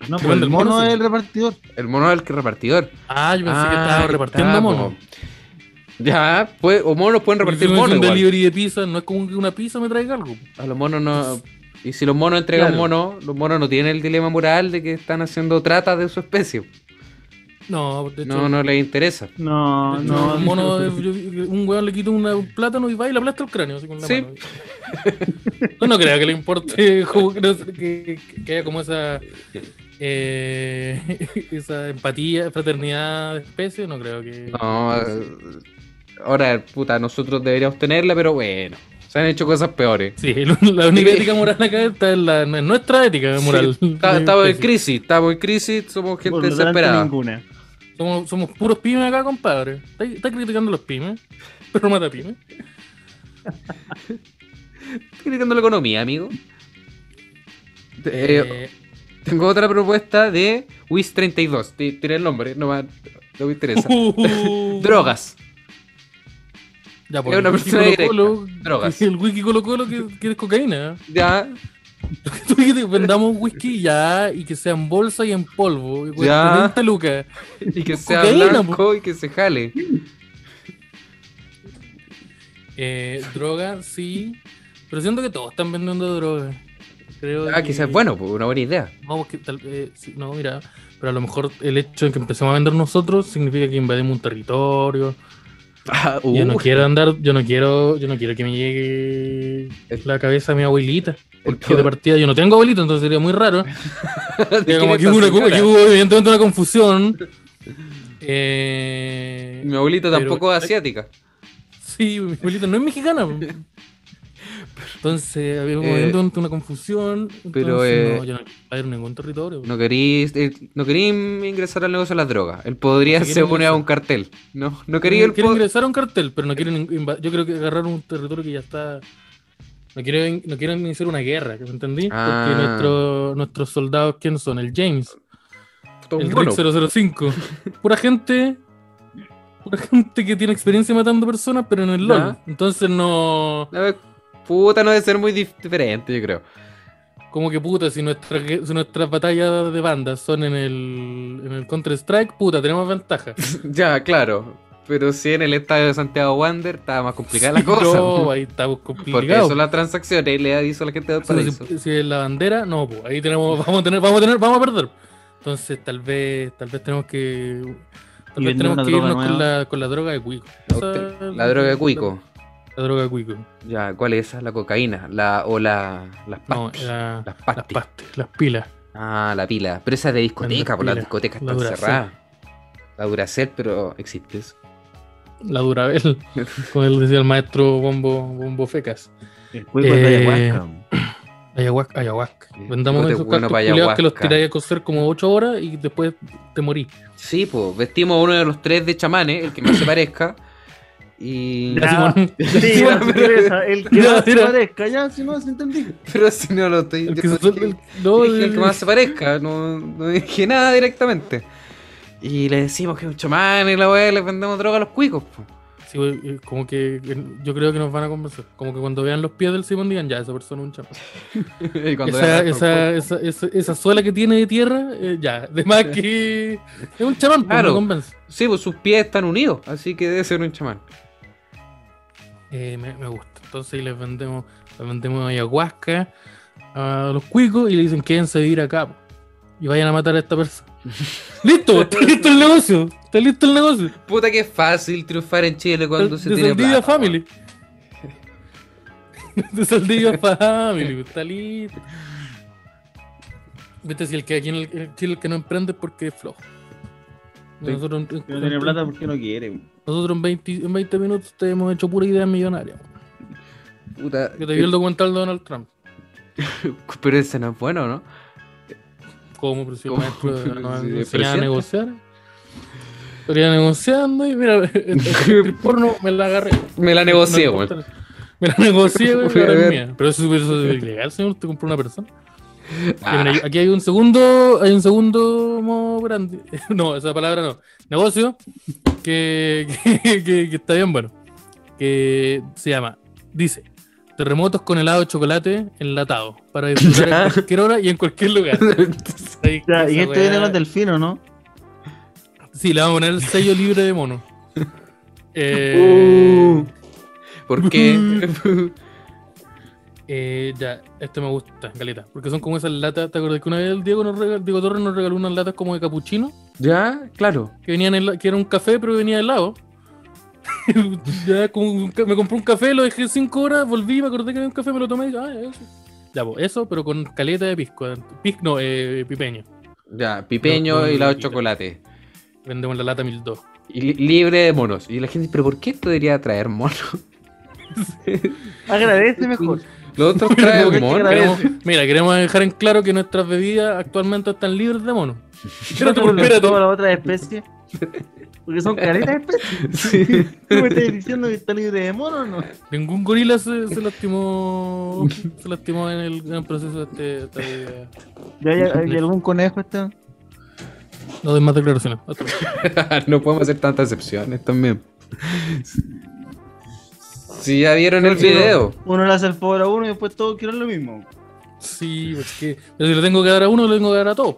Speaker 1: No, pero
Speaker 4: Te manda
Speaker 1: el
Speaker 4: el
Speaker 1: mono
Speaker 4: mono,
Speaker 1: es
Speaker 4: sí.
Speaker 1: el repartidor.
Speaker 2: El mono es el que repartidor.
Speaker 4: Ah, yo pensé que
Speaker 2: Ah,
Speaker 4: estaba repartiendo
Speaker 2: está,
Speaker 4: mono.
Speaker 2: po. Ya, pues, o monos pueden
Speaker 4: Porque
Speaker 2: repartir
Speaker 4: si uno hace
Speaker 2: monos.
Speaker 4: un
Speaker 2: igual.
Speaker 4: delivery de pizza, no es como que una pizza me traiga algo. po.
Speaker 2: A los monos no. Y si los monos entregan
Speaker 1: Claro.
Speaker 2: monos, los monos no tienen el dilema moral de que están haciendo trata de su especie.
Speaker 4: No, de hecho,
Speaker 2: No, no les interesa.
Speaker 1: No,
Speaker 4: de hecho,
Speaker 1: no.
Speaker 4: un mono, yo- yo- un weón le quita una- un plátano y va y le aplasta el cráneo así con la
Speaker 2: Sí.
Speaker 4: mano. No, no creo que le importe [LAUGHS] como que, no sé, que- que haya como esa eh, [LAUGHS] esa empatía, fraternidad de especie, no creo que.
Speaker 2: No. eh, Ahora, puta, nosotros deberíamos tenerla, pero bueno. Se han hecho cosas peores.
Speaker 4: Sí, la- la única
Speaker 2: Dime-
Speaker 4: ética moral acá está en, la, en nuestra ética moral.
Speaker 2: Sí, está-
Speaker 4: de
Speaker 2: estamos en
Speaker 4: especie.
Speaker 2: crisis, estamos en crisis, somos gente
Speaker 1: Por lo tanto,
Speaker 2: desesperada.
Speaker 1: ninguna.
Speaker 4: Somos, somos puros pymes acá, compadre. Está, está criticando a los pymes, pero mata pymes.
Speaker 2: Estoy criticando la economía, amigo. Eh,
Speaker 4: Eh,
Speaker 2: Tengo otra propuesta de WIS 32. Ti- Tiré el nombre, no, me- no me
Speaker 4: [LAUGHS]
Speaker 2: interesa.
Speaker 4: [LAUGHS] uh,
Speaker 2: Drogas.
Speaker 4: Ya, pues,
Speaker 2: Es una
Speaker 4: el
Speaker 2: persona
Speaker 4: wiki
Speaker 2: directa.
Speaker 4: Colo-Colo-
Speaker 2: Drogas.
Speaker 4: [LAUGHS] El wiki Colo Colo que, que es cocaína. [LAUGHS]
Speaker 2: Ya,
Speaker 4: Tú dijiste, vendamos whisky ya y que sea en bolsa y en polvo. Y cuesta
Speaker 2: Ya.
Speaker 4: 20 lucas.
Speaker 2: y que sea
Speaker 4: Cocaína,
Speaker 2: blanco y que se jale.
Speaker 4: Eh, droga, sí. Pero siento que todos están vendiendo droga. Creo
Speaker 2: Ah, quizás es bueno, pues, una buena idea.
Speaker 4: Vamos, que tal- eh, sí, no, mira. Pero a lo mejor el hecho de que empecemos a vender nosotros significa que invadimos un territorio.
Speaker 2: Ah,
Speaker 4: Yo [LAUGHS] no
Speaker 2: uh,
Speaker 4: quiero andar, yo no quiero, yo no quiero que me llegue la cabeza a mi abuelita. Porque de partida yo no tengo abuelito, entonces sería muy raro.
Speaker 2: ¿De [LAUGHS]
Speaker 4: Ya, como que
Speaker 2: quién
Speaker 4: hubo,
Speaker 2: es
Speaker 4: una,
Speaker 2: esta
Speaker 4: que [LAUGHS]
Speaker 2: señora?
Speaker 4: hubo evidentemente una confusión. Eh,
Speaker 2: Mi abuelita
Speaker 4: Pero-
Speaker 2: tampoco es asiática.
Speaker 4: sí, mi abuelita no es mexicana. po. Entonces había
Speaker 2: Eh,
Speaker 4: evidentemente una confusión.
Speaker 2: pero,
Speaker 4: entonces,
Speaker 2: eh,
Speaker 4: no, yo no quiero invadir ningún territorio. po.
Speaker 2: No querís, eh, no querís ingresar al negocio de las drogas. Él podría
Speaker 4: No
Speaker 2: se
Speaker 4: quiero
Speaker 2: pone a
Speaker 4: ingresar.
Speaker 2: un cartel. No, no quería
Speaker 4: quiero,
Speaker 2: el po-
Speaker 4: ingresar a un cartel, pero no quieren inva- Yo creo que agarrar un territorio que ya está. No quieren, no quieren iniciar una guerra, ¿me entendí?
Speaker 2: Ah.
Speaker 4: Porque nuestro- nuestros soldados, ¿quién son? El James.
Speaker 2: todo un
Speaker 4: El
Speaker 2: mono.
Speaker 4: Rick 005. Pura gente. Pura gente que tiene experiencia matando personas, pero en el LOL.
Speaker 2: Ya.
Speaker 4: Entonces no.
Speaker 2: A ver, Puta, no debe ser muy dif- diferente, yo creo. [LAUGHS]
Speaker 4: Como que puta, si, nuestra, si nuestras batallas de bandas son en el, en el Counter-Strike, puta, tenemos
Speaker 2: [LAUGHS]
Speaker 4: ventaja.
Speaker 2: Ya, claro. Pero si en el estadio de Santiago Wander estaba más complicada la cosa. [LAUGHS]
Speaker 4: No, ahí estamos
Speaker 2: porque
Speaker 4: complicados.
Speaker 2: son las transacciones, le aviso a la gente del
Speaker 4: Si,
Speaker 2: paraíso.
Speaker 4: si es la bandera, no, pues ahí tenemos, vamos a tener, vamos a tener, vamos a perder. Entonces tal vez, tal vez tenemos que. Tal
Speaker 1: Y
Speaker 4: vez
Speaker 1: vender una
Speaker 4: tenemos que
Speaker 1: droga
Speaker 4: irnos con
Speaker 1: nueva.
Speaker 4: la, con la droga de Cuico.
Speaker 2: La
Speaker 4: Esa-
Speaker 2: usted- La droga de cuico.
Speaker 4: La, droga de Cuico.
Speaker 2: Ya, ¿cuál es esa? La cocaína. La, o la, las
Speaker 4: No,
Speaker 2: pastis.
Speaker 4: era
Speaker 2: las
Speaker 4: las
Speaker 2: pastis.
Speaker 4: pastes, las pilas.
Speaker 2: Ah, la pila. Pero esa es de discoteca,
Speaker 4: Las
Speaker 2: por las
Speaker 4: pilas.
Speaker 2: discotecas
Speaker 4: La
Speaker 2: están
Speaker 4: Duracell.
Speaker 2: cerradas. La Duracell, pero existe eso. [LAUGHS]
Speaker 4: La Durabel, como él decía el maestro Bombo, Bombo Fecas.
Speaker 1: El cuico es de
Speaker 4: Eh,
Speaker 1: ayahuasca.
Speaker 4: Ayahuasca, ayahuasca. Vendamos
Speaker 2: Bote
Speaker 4: esos
Speaker 2: bueno
Speaker 4: cactus
Speaker 2: pa'
Speaker 4: culiados que los
Speaker 2: ayahuasca.
Speaker 4: tiráis a cocer como 8 horas y después te morís.
Speaker 2: Sí, pues vestimos a uno de los tres de chamanes, el que más se parezca. Y.
Speaker 1: Ya,
Speaker 4: [LAUGHS] Simón.
Speaker 1: sí,
Speaker 2: Ya,
Speaker 1: la sorpresa, El que
Speaker 4: [LAUGHS] Ya,
Speaker 1: más se
Speaker 4: mira.
Speaker 1: parezca, ya, si no, se entendí.
Speaker 2: [LAUGHS] Pero si no lo estoy.
Speaker 4: El que
Speaker 2: yo
Speaker 4: se-
Speaker 2: dije-
Speaker 4: el- no,
Speaker 2: yo dije el que
Speaker 4: el-
Speaker 2: más se parezca. No, no dije nada directamente. Y le decimos que es un chamán y la weá, les vendemos droga a los cuicos. po. [LAUGHS]
Speaker 4: sí, güey, eh, como que eh, yo creo que nos van a convencer. Como que cuando vean los pies del Simón digan, ya, esa persona es un chamán.
Speaker 2: Y cuando
Speaker 4: Esa,
Speaker 2: vean-
Speaker 4: esa, esa, esa, esa suela que tiene de tierra, eh, ya. De más que es un chamán, pues,
Speaker 2: Claro.
Speaker 4: me convence.
Speaker 2: Sí, pues sus pies están unidos, así que debe ser un chamán.
Speaker 4: Eh, me, me gusta. Entonces ahí les vendemos, les vendemos ayahuasca a los cuicos y le dicen quédense a vivir acá po, y vayan a matar a esta
Speaker 2: [LAUGHS]
Speaker 4: persona. ¡Listo! ¡Está listo el negocio! ¡Está listo el negocio!
Speaker 2: Puta que es fácil triunfar en Chile cuando
Speaker 4: De
Speaker 2: se tiene
Speaker 4: Saldivia
Speaker 2: plata.
Speaker 4: Family. [LAUGHS] De Saldivia Family, está listo. Viste, si el que aquí en el, el Chile el que no emprende es porque es flojo.
Speaker 1: Sí.
Speaker 4: Nosotros, en-
Speaker 1: no tiene plata porque no quiere.
Speaker 4: nosotros en, 20, en 20 minutos te hemos hecho pura idea millonaria.
Speaker 2: Puta,
Speaker 4: Yo te vi el documental de Donald Trump.
Speaker 2: [LAUGHS] pero ese no es bueno, ¿no?
Speaker 4: Como pero si el
Speaker 2: Como- [LAUGHS]
Speaker 4: maestro no, no
Speaker 2: si
Speaker 4: enseñaba a
Speaker 2: presidente.
Speaker 4: negociar. Estaría negociando y mira, [LAUGHS] este,
Speaker 2: [LAUGHS]
Speaker 4: el porno me la agarré.
Speaker 2: Me la negocié,
Speaker 4: No
Speaker 2: weón.
Speaker 4: importa. Me la negocié, güey.
Speaker 2: Voy a
Speaker 4: ahora
Speaker 2: [LAUGHS]
Speaker 4: es
Speaker 2: ver.
Speaker 4: mía. Pero eso, eso es ilegal, señor. Te compró una persona.
Speaker 2: [LAUGHS] Ah.
Speaker 4: Mira, aquí hay un segundo. Hay un segundo modo grande. [LAUGHS] No, esa palabra no. Negocio. Que, [LAUGHS] que, que- que está bien bueno. Que se llama. Dice. Terremotos con helado de chocolate enlatado. Para disfrutar
Speaker 2: Ya.
Speaker 4: a cualquier hora y en
Speaker 1: [LAUGHS]
Speaker 4: cualquier lugar.
Speaker 2: [LAUGHS]
Speaker 4: Ahí,
Speaker 1: Ya, y
Speaker 4: esa
Speaker 1: este viene
Speaker 4: weá-
Speaker 1: los delfinos, ¿no?
Speaker 4: Sí, le vamos a poner el sello libre de mono. Eh,
Speaker 2: Uh. ¿Por qué?
Speaker 4: Eh, ya, este me gusta, Galeta. Porque son como esas latas. ¿Te acuerdas que una vez el Diego, nos regaló, Diego Torres nos regaló unas latas como de capuchino?
Speaker 2: [LAUGHS] ¿Ya? Claro.
Speaker 4: Que venían hela- que era un café, pero venía helado. [LAUGHS] ya, como un ca- me compré un café, lo dejé cinco horas, volví, me acordé que había un café, me lo tomé y dije, ah, ya, eso. Ya, pues, eso, pero con caleta de pisco. adentro. Pis, no, eh, pipeño.
Speaker 2: Ya, pipeño,
Speaker 4: No, no, no,
Speaker 2: helado
Speaker 4: no,
Speaker 2: de chocolate.
Speaker 4: Vendemos la lata 1002.
Speaker 2: Y li- libre de monos. Y la gente dice, ¿pero por qué esto debería traer monos? [LAUGHS]
Speaker 1: Agradece mejor.
Speaker 2: Los otros
Speaker 1: ¿por qué
Speaker 2: traen
Speaker 1: A
Speaker 2: monos.
Speaker 1: traer- ver.
Speaker 4: Queremos- mira, queremos dejar en claro que nuestras bebidas actualmente están libres de mono. Espérate,
Speaker 1: Por
Speaker 4: espérate.
Speaker 1: todas las otras especies. Porque son caretas especies.
Speaker 2: [LAUGHS] Sí.
Speaker 1: [LAUGHS] ¿Tú me estás diciendo que está libre de mono o no?
Speaker 4: Ningún gorila se, se lastimó se lastimó en el, en el proceso de este, este-
Speaker 1: ¿Y hay, hay algún conejo este?
Speaker 4: No doy más declaraciones. Hasta luego.
Speaker 2: Ah, no podemos hacer tantas excepciones también. Si ya vieron el video.
Speaker 1: Uno le hace el favor a uno y después todos quieren lo mismo.
Speaker 4: Sí, pues que. Pero si le tengo que dar a uno, le tengo que dar a todos.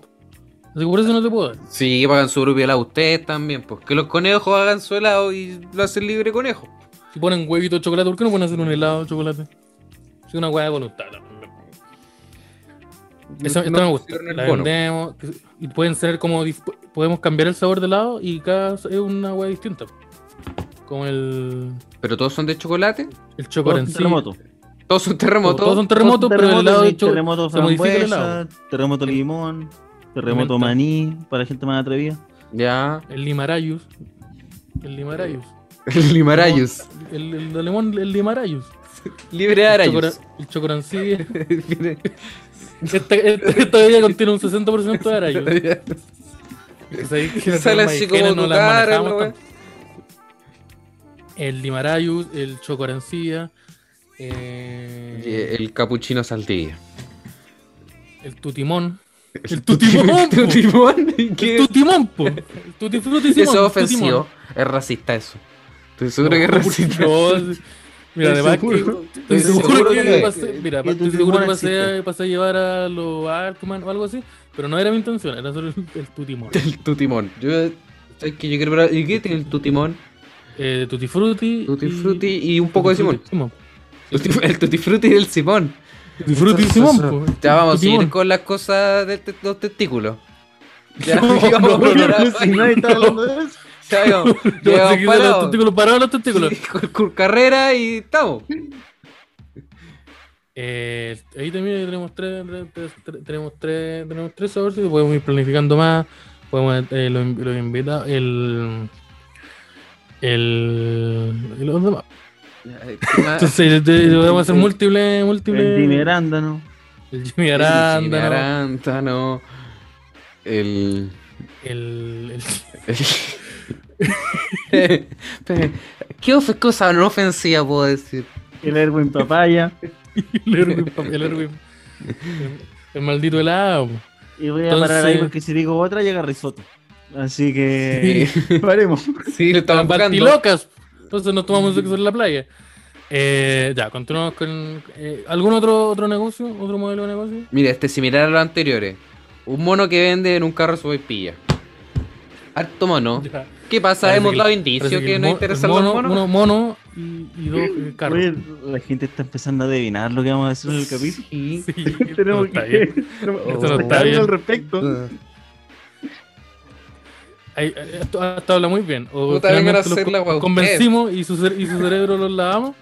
Speaker 4: Así que por eso no te puedo dar.
Speaker 2: Sí, que pagan su propio helado ustedes también. Pues que los conejos hagan su helado y lo hacen libre conejo.
Speaker 4: Si ponen huevito de chocolate, ¿por qué no pueden hacer un helado de chocolate? Es una hueá de voluntad. también. Esa-
Speaker 2: No- no
Speaker 4: esta me gusta.
Speaker 2: pusieron el
Speaker 4: La
Speaker 2: bono.
Speaker 4: vendemos. que- Y pueden ser como. dif- Podemos cambiar el sabor de helado y cada es una hueá distinta. Como el.
Speaker 2: Pero todos son de chocolate.
Speaker 4: El chocolate en sí.
Speaker 1: terremoto.
Speaker 2: Todos son
Speaker 4: Todos
Speaker 2: terremotos.
Speaker 4: todos son terremotos, pero el helado de chocolate.
Speaker 1: terremoto
Speaker 4: se modifica el
Speaker 1: frambuesa, terremoto limón, terremoto
Speaker 4: Pimienta.
Speaker 1: maní, para gente más atrevida. [LAUGHS]
Speaker 2: Ya.
Speaker 4: El limarayus. El limarayus.
Speaker 2: El limarayus.
Speaker 4: El, el, el limón, el limarayus.
Speaker 2: Libre de
Speaker 4: El,
Speaker 2: arayus.
Speaker 4: chocora- el chocorancillo.
Speaker 2: Viene-
Speaker 4: Esta, esta, esta bebida contiene un 60% de arayus. Es ahí que las
Speaker 2: Sale
Speaker 4: normas de
Speaker 2: así
Speaker 4: higiene
Speaker 2: como
Speaker 4: no
Speaker 2: tu
Speaker 4: las
Speaker 2: cara,
Speaker 4: manejamos
Speaker 2: la wea.
Speaker 4: tampoco. El limarayus, el chocorancilla, eh,
Speaker 2: Y El capuchino saltilla.
Speaker 4: el tutimón. El
Speaker 2: tutimón.
Speaker 4: tutimón, po.
Speaker 2: tutimón. ¿Qué?
Speaker 4: El tutimón, po. El tutifruti
Speaker 2: Eso es
Speaker 4: Simón,
Speaker 2: ofensivo.
Speaker 4: tutimón.
Speaker 2: Es racista eso. Estoy seguro que es [LAUGHS]
Speaker 4: No,
Speaker 2: racista.
Speaker 4: no, Mira,
Speaker 2: Estoy
Speaker 4: además que
Speaker 2: seguro.
Speaker 4: Estoy seguro que,
Speaker 2: que-
Speaker 4: pasé, mira,
Speaker 1: que
Speaker 4: estoy
Speaker 1: tu
Speaker 4: seguro que
Speaker 1: timón
Speaker 4: pasé,
Speaker 1: existe.
Speaker 4: pasé a llevar a los Arkman o algo así, pero no era mi intención, era solo el, el tutimón.
Speaker 2: [LAUGHS] El tutimón. Yo, ¿sabes qué? Yo quiero probar- ¿Y qué tiene el tutimón?
Speaker 4: Eh, Tutti Frutti.
Speaker 2: Tutti
Speaker 4: y-
Speaker 2: frutti y un poco de
Speaker 4: Tutti
Speaker 2: Simón.
Speaker 4: Frutti
Speaker 2: Tutti- El tutti frutti del Simón.
Speaker 4: Tutti Frutti y Simón. po.
Speaker 2: Ya vamos a
Speaker 4: Tutti
Speaker 2: seguir
Speaker 4: Mon.
Speaker 2: con las cosas de te- los testículos. Ya,
Speaker 4: No,
Speaker 2: digamos,
Speaker 4: no,
Speaker 2: ya,
Speaker 1: Pero si nadie está hablando de
Speaker 4: [LAUGHS]
Speaker 1: eso.
Speaker 2: ya, digamos,
Speaker 4: Yo [LAUGHS]
Speaker 2: llegamos
Speaker 4: seguí de los
Speaker 2: parados.
Speaker 4: testículos parados los testículos.
Speaker 2: Sí, con- con carrera y estamos.
Speaker 4: Eh, ahí también tenemos tres, tres- tres- tres- tenemos tres, tenemos tres sabores y podemos ir planificando más. Podemos eh, los invi- los invitados, el, el, y los demás.
Speaker 2: eh, Entonces,
Speaker 4: Entonces, de- de- podemos hacer
Speaker 2: el-
Speaker 4: múltiples, múltiples.
Speaker 1: El Jimmy Arándano.
Speaker 4: El Jimmy Aranda,
Speaker 2: Arándano. El.
Speaker 4: el, [LAUGHS] el-
Speaker 2: el- [LAUGHS] ¿Qué of- cosa no ofensiva puedo decir?
Speaker 1: El Erwin Papaya.
Speaker 4: el Erwin, pa- el, Erwin- el- el maldito helado. po.
Speaker 1: Y voy a
Speaker 4: Entonces-
Speaker 1: parar ahí porque si digo otra llega Risotto. Así que [LAUGHS]
Speaker 4: [LAUGHS]
Speaker 1: paremos.
Speaker 2: Sí, lo estaba
Speaker 4: Estaban
Speaker 2: buscando.
Speaker 4: partilocas. Entonces nos tomamos sexo en la playa. Eh, ya, continuamos con. eh, ¿Algún otro, otro negocio? ¿Otro modelo de negocio?
Speaker 2: Mira, este es similar a los anteriores. Un mono que vende en un carro su pilla. Harto mono.
Speaker 4: Ya.
Speaker 2: ¿Qué pasa?
Speaker 4: Parece
Speaker 2: Hemos
Speaker 4: que-
Speaker 2: dado
Speaker 4: Parece
Speaker 2: indicios
Speaker 4: que
Speaker 2: que
Speaker 4: el
Speaker 2: nos
Speaker 4: mo-
Speaker 2: interesan
Speaker 4: el
Speaker 2: los
Speaker 4: mono,
Speaker 2: monos.
Speaker 4: Uno, mono y, y dos eh, carros.
Speaker 1: Oye, la gente está empezando a adivinar lo que vamos a decir en el capítulo.
Speaker 2: Sí.
Speaker 4: Sí,
Speaker 1: [LAUGHS]
Speaker 4: no
Speaker 1: Tenemos
Speaker 4: está
Speaker 1: que
Speaker 4: bien.
Speaker 1: [LAUGHS] tenemos que
Speaker 2: Esto
Speaker 1: hacer
Speaker 2: no está
Speaker 1: algo
Speaker 4: bien.
Speaker 1: al respecto.
Speaker 4: Ay, ay, eh, Esto hasta habla muy bien. O
Speaker 2: Puta, vengan
Speaker 4: finalmente
Speaker 2: a
Speaker 4: los
Speaker 2: hacer
Speaker 4: con-
Speaker 2: la guau-
Speaker 4: convencimos y su, cere- y su cerebro los lavamos.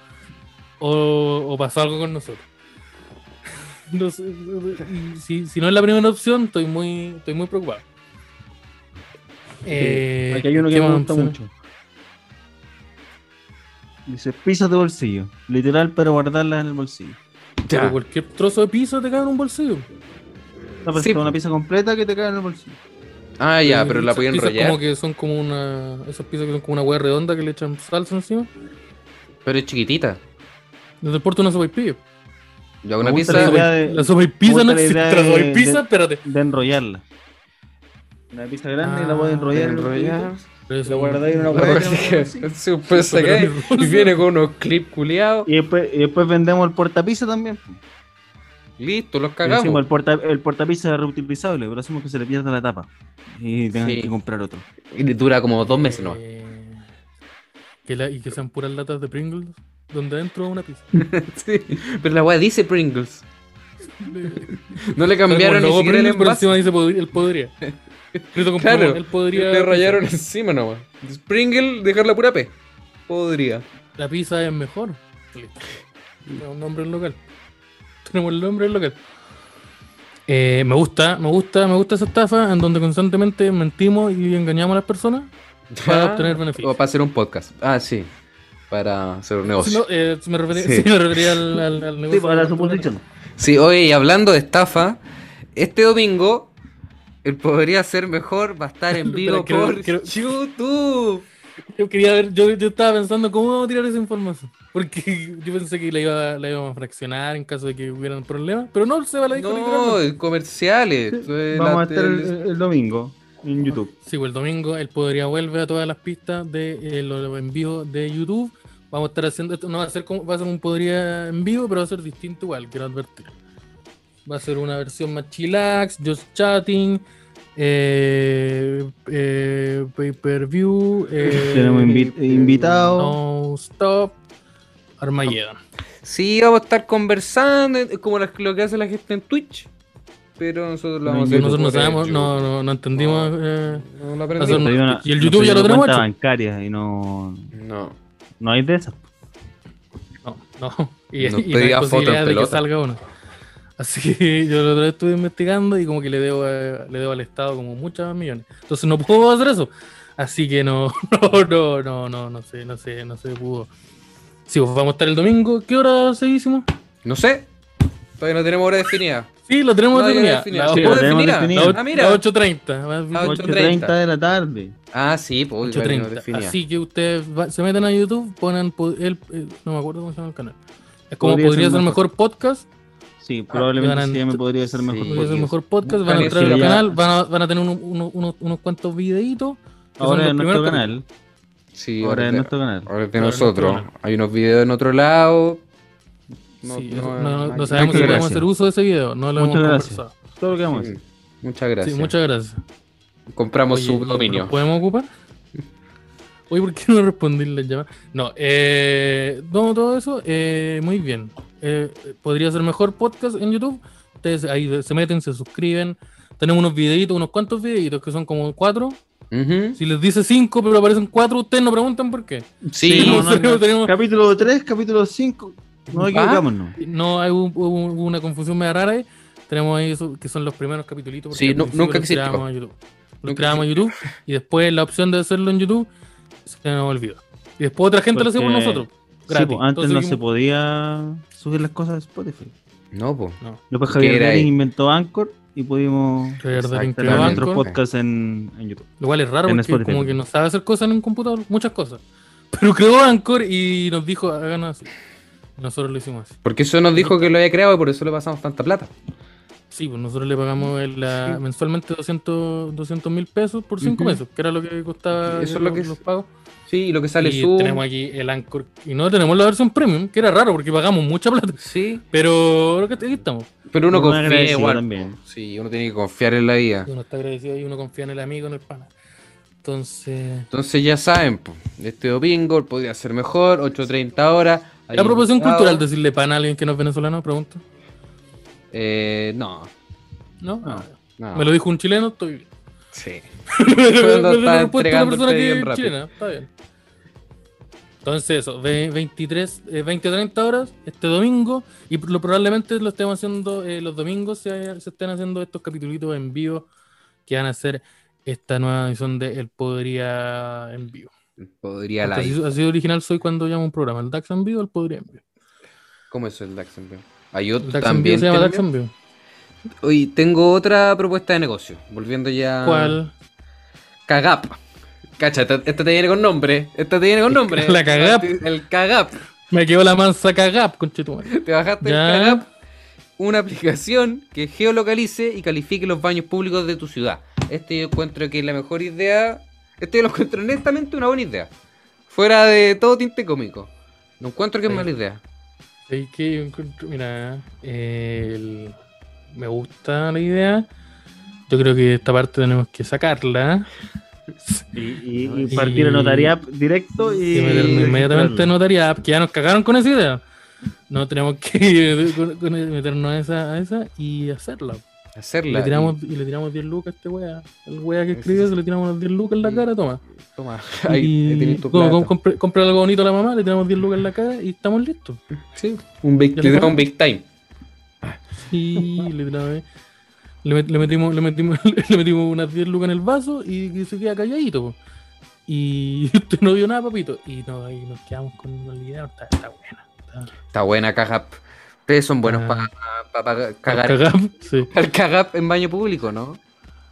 Speaker 4: O, o pasó algo con nosotros. [LAUGHS] No sé, y si, si no es la primera opción, estoy muy, estoy muy preocupado. Eh,
Speaker 1: Aquí hay uno que
Speaker 4: ¿qué
Speaker 1: me
Speaker 4: más
Speaker 1: gusta
Speaker 4: opciones?
Speaker 1: mucho. Dice pisos de bolsillo. Literal para guardarlas en el bolsillo.
Speaker 4: Pero cualquier trozo de piso te cae en un bolsillo.
Speaker 1: No, pero
Speaker 2: Sí.
Speaker 1: es una pieza completa que te cae en el bolsillo.
Speaker 2: Ah, ya, pero la
Speaker 4: Esos
Speaker 2: voy a
Speaker 4: pisos
Speaker 2: enrollar.
Speaker 4: Como que son como una, esos pisos que son como una hueá redonda que le echan salsa encima.
Speaker 2: Pero es chiquitita.
Speaker 4: Desde el puerto una sopa y pillo.
Speaker 2: Yo hago una
Speaker 1: Me gusta
Speaker 2: pizza.
Speaker 1: la idea de,
Speaker 4: La sopa y pizza
Speaker 1: gusta
Speaker 4: no
Speaker 1: la
Speaker 4: existe.
Speaker 1: idea
Speaker 4: La sopa
Speaker 1: de-
Speaker 4: y pizza,
Speaker 1: de-
Speaker 4: espérate.
Speaker 1: de enrollarla. Una pizza grande y la puedes
Speaker 4: Ah,
Speaker 1: enrollar. en un
Speaker 2: enrollar.
Speaker 4: Pero eso-
Speaker 1: Lo guardáis en una
Speaker 2: La
Speaker 1: hueá.
Speaker 2: verdad [LAUGHS] es que se puede sacar y viene con unos clips culiados.
Speaker 1: Y después, y después vendemos el portapizza también.
Speaker 2: Listo, los
Speaker 1: Le decimos,
Speaker 2: cagamos.
Speaker 1: el, porta, el portapizza es reutilizable, pero hacemos que se le pierda la tapa. Y tengan
Speaker 2: Sí.
Speaker 1: que comprar otro.
Speaker 2: Y dura como dos meses, ¿no?
Speaker 4: Eh, que la- y que sean puras latas de Pringles donde adentro va una pizza.
Speaker 2: [LAUGHS] Sí, Pero la weá dice
Speaker 4: [LAUGHS]
Speaker 2: Pringles. No le
Speaker 4: Como
Speaker 2: cambiaron
Speaker 4: el
Speaker 2: ni
Speaker 4: logo
Speaker 2: siquiera el
Speaker 4: Pringles, pero
Speaker 2: envase.
Speaker 4: encima dice podri- el podría. Escrito con
Speaker 2: Claro,
Speaker 4: plumón, el podría.
Speaker 2: Le rayaron encima nomás. Pringle, dejarla pura P. Podría.
Speaker 4: La pizza es mejor. Listo. Tenemos nombre del local. [LAUGHS] Tenemos el nombre del local. Eh, me gusta, me gusta, me gusta esa estafa en donde constantemente mentimos y engañamos a las personas. Para obtener beneficios.
Speaker 2: Ah. O para hacer un podcast. Ah, sí. Para hacer un negocio.
Speaker 4: No, eh, me refería,
Speaker 2: Sí.
Speaker 4: sí, me refería al, al- al negocio.
Speaker 1: Sí, para la suposición.
Speaker 2: Sí, oye, y hablando de estafa, este domingo, el podría ser mejor, va a estar
Speaker 1: [LAUGHS]
Speaker 2: en vivo
Speaker 4: Pero creo-
Speaker 2: por
Speaker 4: creo-
Speaker 2: YouTube.
Speaker 4: Yo quería ver, yo, yo estaba pensando cómo vamos a tirar esa información. Porque [LAUGHS] yo pensé que la, iba, la íbamos a fraccionar en caso de que hubieran problemas. Pero no, se va la disco
Speaker 2: No,
Speaker 4: literalmente.
Speaker 2: el comerciales. eh,
Speaker 1: Vamos
Speaker 2: la
Speaker 1: a estar el,
Speaker 2: tele-
Speaker 1: el domingo en YouTube.
Speaker 4: Sí, pues el domingo él podría volver a todas las pistas de eh, los envíos de YouTube. Vamos a estar haciendo esto, no va a ser como, va a ser un podría en vivo, pero va a ser distinto igual, quiero advertir. Va a ser una versión más chillax, just chatting, eh, eh, pay per view, eh,
Speaker 1: Tenemos invi- invitado.
Speaker 4: no stop, Armageddon.
Speaker 2: Sí, vamos a estar conversando, eh, como las- lo que hace la gente en Twitch. Pero nosotros lo vamos a hacer.
Speaker 4: Nosotros no
Speaker 2: por el
Speaker 4: sabemos, no,
Speaker 2: YouTube.
Speaker 4: no, no entendimos. eh,
Speaker 2: No lo
Speaker 4: Hacer
Speaker 2: aprendimos.
Speaker 4: un-
Speaker 1: Nos pedí una-
Speaker 4: ¿Y el
Speaker 1: nos
Speaker 4: YouTube
Speaker 1: pedí
Speaker 4: ya lo
Speaker 1: una
Speaker 4: tenemos
Speaker 1: cuenta
Speaker 4: hecho?
Speaker 1: bancaria y no,
Speaker 2: No.
Speaker 1: no hay de esas.
Speaker 4: No, no. [LAUGHS] Y,
Speaker 2: No
Speaker 4: y
Speaker 2: te diga foto
Speaker 4: hay
Speaker 2: en
Speaker 4: posibilidad de que
Speaker 2: pelota.
Speaker 4: salga uno. Así que [LAUGHS] yo la otra vez estuve investigando y como que le debo, a- le debo al Estado como muchas más millones. Entonces no puedo hacer eso. Así que no, [LAUGHS] no, no, no, no, no sé, no sé, no se pudo. Si vos vamos a estar el domingo, ¿qué hora seguísimo?
Speaker 2: No sé. Todavía no tenemos hora definida.
Speaker 4: Sí, lo tenemos
Speaker 2: No, ya
Speaker 4: definida.
Speaker 2: definida.
Speaker 4: La
Speaker 1: Sí,
Speaker 2: ¿Cómo
Speaker 1: la tenemos
Speaker 2: definida?
Speaker 1: definida.
Speaker 4: la
Speaker 1: La
Speaker 4: ocho-
Speaker 2: Ah, mira. Ah,
Speaker 4: la 8.30.
Speaker 2: La
Speaker 4: va-
Speaker 2: 8:30.
Speaker 1: 8.30 de la tarde.
Speaker 2: Ah, sí, pues. igual no
Speaker 4: 8.30.
Speaker 2: definida.
Speaker 4: Así que ustedes va- se meten a YouTube, ponen po- el, eh, no me acuerdo cómo se llama el canal. Es como
Speaker 1: Podría
Speaker 4: podría,
Speaker 1: ser
Speaker 4: ser el
Speaker 1: mejor.
Speaker 4: mejor podcast.
Speaker 1: Sí,
Speaker 4: Ah,
Speaker 1: probablemente
Speaker 4: ganan-
Speaker 1: sí, me podría ser mejor.
Speaker 2: Sí.
Speaker 4: Porque es el
Speaker 1: porque
Speaker 4: mejor podcast, van
Speaker 2: Buscan
Speaker 4: a entrar
Speaker 1: eso
Speaker 4: al
Speaker 1: ya.
Speaker 4: canal, van a, van a tener uno- uno- unos- unos cuantos videitos. que son
Speaker 1: Ahora
Speaker 4: los
Speaker 1: en
Speaker 4: primeros
Speaker 1: nuestro
Speaker 4: capítulos.
Speaker 1: canal.
Speaker 2: Sí,
Speaker 1: Ahora en
Speaker 2: te-
Speaker 1: nuestro canal.
Speaker 2: Ahora de
Speaker 4: Ahora
Speaker 2: nosotros.
Speaker 4: nosotros.
Speaker 2: Hay unos videos en otro lado. No-
Speaker 4: Sí,
Speaker 2: no-
Speaker 4: eso- no,
Speaker 2: hay-
Speaker 4: no sabemos
Speaker 2: muchas
Speaker 4: si podemos
Speaker 2: gracias.
Speaker 4: hacer uso de ese video, no lo
Speaker 1: Muchas
Speaker 4: hemos
Speaker 1: gracias.
Speaker 4: conversado. Sí,
Speaker 1: Todo lo que vamos a hacer.
Speaker 2: Mm, Muchas gracias.
Speaker 4: muchas gracias.
Speaker 2: Compramos
Speaker 4: Oye,
Speaker 2: su
Speaker 4: ¿lo
Speaker 2: dominio.
Speaker 4: podemos ocupar? [LAUGHS] Oye, ¿por qué no respondí la llamada? No, eh, no, todo eso, eh, muy bien. Eh, podría ser mejor podcast en YouTube. Ustedes ahí se meten, se suscriben. Tenemos unos videitos, unos cuantos videitos que son como cuatro.
Speaker 2: Ujú.
Speaker 4: Si les dice cinco, pero aparecen cuatro, ustedes no preguntan por qué.
Speaker 2: Sí,
Speaker 1: Sí, no, no,
Speaker 4: [LAUGHS] Tenemos-
Speaker 1: no.
Speaker 4: tenemos- Ah,
Speaker 1: Capítulo 3, capítulo 5. No equivocámonos.
Speaker 4: No, hay un- hubo un- hubo una confusión media rara. ahí. Tenemos ahí eso, que son los primeros capítulos. porque
Speaker 2: Sí,
Speaker 4: al
Speaker 2: nu-
Speaker 4: principio
Speaker 2: nunca
Speaker 4: los
Speaker 2: existió.
Speaker 4: tirábamos a YouTube. Los
Speaker 2: Nunca
Speaker 4: tirábamos a YouTube y después la opción de hacerlo en YouTube se nos olvidó. Y después otra gente lo hacía por
Speaker 1: Porque-
Speaker 4: nosotros.
Speaker 1: Sí,
Speaker 4: Gratis.
Speaker 1: pues, antes no
Speaker 4: Entonces
Speaker 1: se
Speaker 4: dijimos,
Speaker 1: podía subir las cosas a Spotify.
Speaker 2: No, po.
Speaker 1: Después
Speaker 2: ¿Qué
Speaker 1: Javier
Speaker 2: era
Speaker 1: Denis
Speaker 2: ahí?
Speaker 1: inventó Anchor y pudimos
Speaker 4: Javier Denis
Speaker 1: hacer
Speaker 4: creó
Speaker 1: nuestros
Speaker 4: Anchor.
Speaker 1: podcasts en, en YouTube.
Speaker 4: Lo cual es raro
Speaker 1: en
Speaker 4: porque
Speaker 1: Spotify.
Speaker 4: como que no sabe hacer cosas en un computador, muchas cosas. [LAUGHS] Pero creó Anchor y nos dijo, hagan así. Nosotros lo hicimos así.
Speaker 2: Porque eso nos dijo que lo había creado y por eso le pasamos tanta plata.
Speaker 4: Sí, pues nosotros le pagamos el- la-
Speaker 2: Sí.
Speaker 4: mensualmente 200 mil pesos por
Speaker 2: Ujú.
Speaker 4: 5 meses, que era lo que costaba
Speaker 2: Eso es
Speaker 4: eh,
Speaker 2: lo
Speaker 4: los-
Speaker 2: que es.
Speaker 4: los pagos.
Speaker 2: Sí, y lo que sale
Speaker 4: y
Speaker 2: su.
Speaker 4: tenemos aquí el Anchor. Y no tenemos la versión premium, que era raro porque pagamos mucha plata.
Speaker 2: Sí,
Speaker 4: Pero lo que aquí estamos.
Speaker 2: pero uno
Speaker 1: Muy
Speaker 2: confía
Speaker 1: agradecido
Speaker 2: igual.
Speaker 1: también.
Speaker 2: po. Sí, uno tiene que confiar en la vida.
Speaker 4: Y uno está agradecido y uno confía en el amigo, en el pana. Entonces.
Speaker 2: Entonces ya saben, po. este domingo podría ser mejor, 8.30 horas. hay
Speaker 4: La proporción
Speaker 2: invitado.
Speaker 4: cultural, decirle pana a alguien que no es venezolano, pregunta.
Speaker 2: Eh, no,
Speaker 4: ¿No?
Speaker 1: No.
Speaker 2: no.
Speaker 4: Ah. Me lo dijo un chileno, estoy bien.
Speaker 2: Sí.
Speaker 4: Me lo
Speaker 2: está
Speaker 4: respuesta una
Speaker 2: entregando el pedido
Speaker 4: persona que
Speaker 2: bien
Speaker 4: es
Speaker 2: rápido.
Speaker 4: chilena, está bien. Entonces, eso, ve- 23, eh, 20 o 30 horas este domingo. Y lo- probablemente lo estemos haciendo eh, los domingos. Se, se estén haciendo estos capítulos en vivo que van a ser esta nueva edición de El Podría en vivo.
Speaker 2: Podría
Speaker 4: Porque
Speaker 2: live.
Speaker 4: Así, así de original soy cuando llamo un programa. El Dax en vivo, el Podría en vivo.
Speaker 2: ¿Cómo es el Dax en vivo? Hay otro
Speaker 4: El Dax en vivo
Speaker 2: también.
Speaker 4: se llama
Speaker 2: que-
Speaker 4: Dax en vivo.
Speaker 2: Hoy tengo otra propuesta de negocio. Volviendo ya.
Speaker 4: ¿Cuál?
Speaker 2: Cagap. Cacha, esta, esta te viene con nombre. Esta te viene con nombre.
Speaker 4: la Cagap.
Speaker 2: El Cagap.
Speaker 4: Me quedó la mansa cagap, conchetumare.
Speaker 2: Te bajaste
Speaker 4: Ya.
Speaker 2: el Cagap. Una aplicación que geolocalice y califique los baños públicos de tu ciudad. Este yo encuentro que es la mejor idea. Este yo lo encuentro honestamente una buena idea. Fuera de todo tinte cómico. No encuentro que es
Speaker 4: Sí.
Speaker 2: mala idea.
Speaker 4: Ahí que yo encuentro- mira, eh, el- me gusta la idea. Yo creo que esta parte tenemos que sacarla.
Speaker 1: Y, y- y
Speaker 4: Y-
Speaker 1: partir a notaría directo y.
Speaker 4: Y meternos inmediatamente en notaría, que ya nos cagaron con esa idea. No tenemos que [LAUGHS] con- con- meternos a esa, a esa y hacerla.
Speaker 2: Hacerla.
Speaker 4: le tiramos, y le tiramos 10 lucas a este wea. El wea que escribe, se le tiramos las 10 lucas en la
Speaker 2: Y-
Speaker 4: cara, toma.
Speaker 2: y- Toma. [LAUGHS] Ahí, ahí
Speaker 4: Y-
Speaker 2: tenés tu
Speaker 4: como-
Speaker 2: plata.
Speaker 4: como compre- compra algo bonito a la mamá, le tiramos 10 lucas en la cara y estamos listos.
Speaker 2: Sí, un big,
Speaker 4: Ya
Speaker 2: le
Speaker 4: lo
Speaker 2: tiramos un big time.
Speaker 4: Sí, le tiraba- Le, met- le metimos, le, metimos, [LAUGHS] le metimos unas 10 lucas en el vaso y, y se queda calladito. po. Y [LAUGHS] usted no vio nada, papito. Y, no, y nos quedamos con la idea. Está, está buena. Está,
Speaker 2: Está buena, cagap. Ustedes son buenos
Speaker 4: Ah.
Speaker 2: para cagar.
Speaker 4: Cagar, sí.
Speaker 2: El cagap en baño público, ¿no?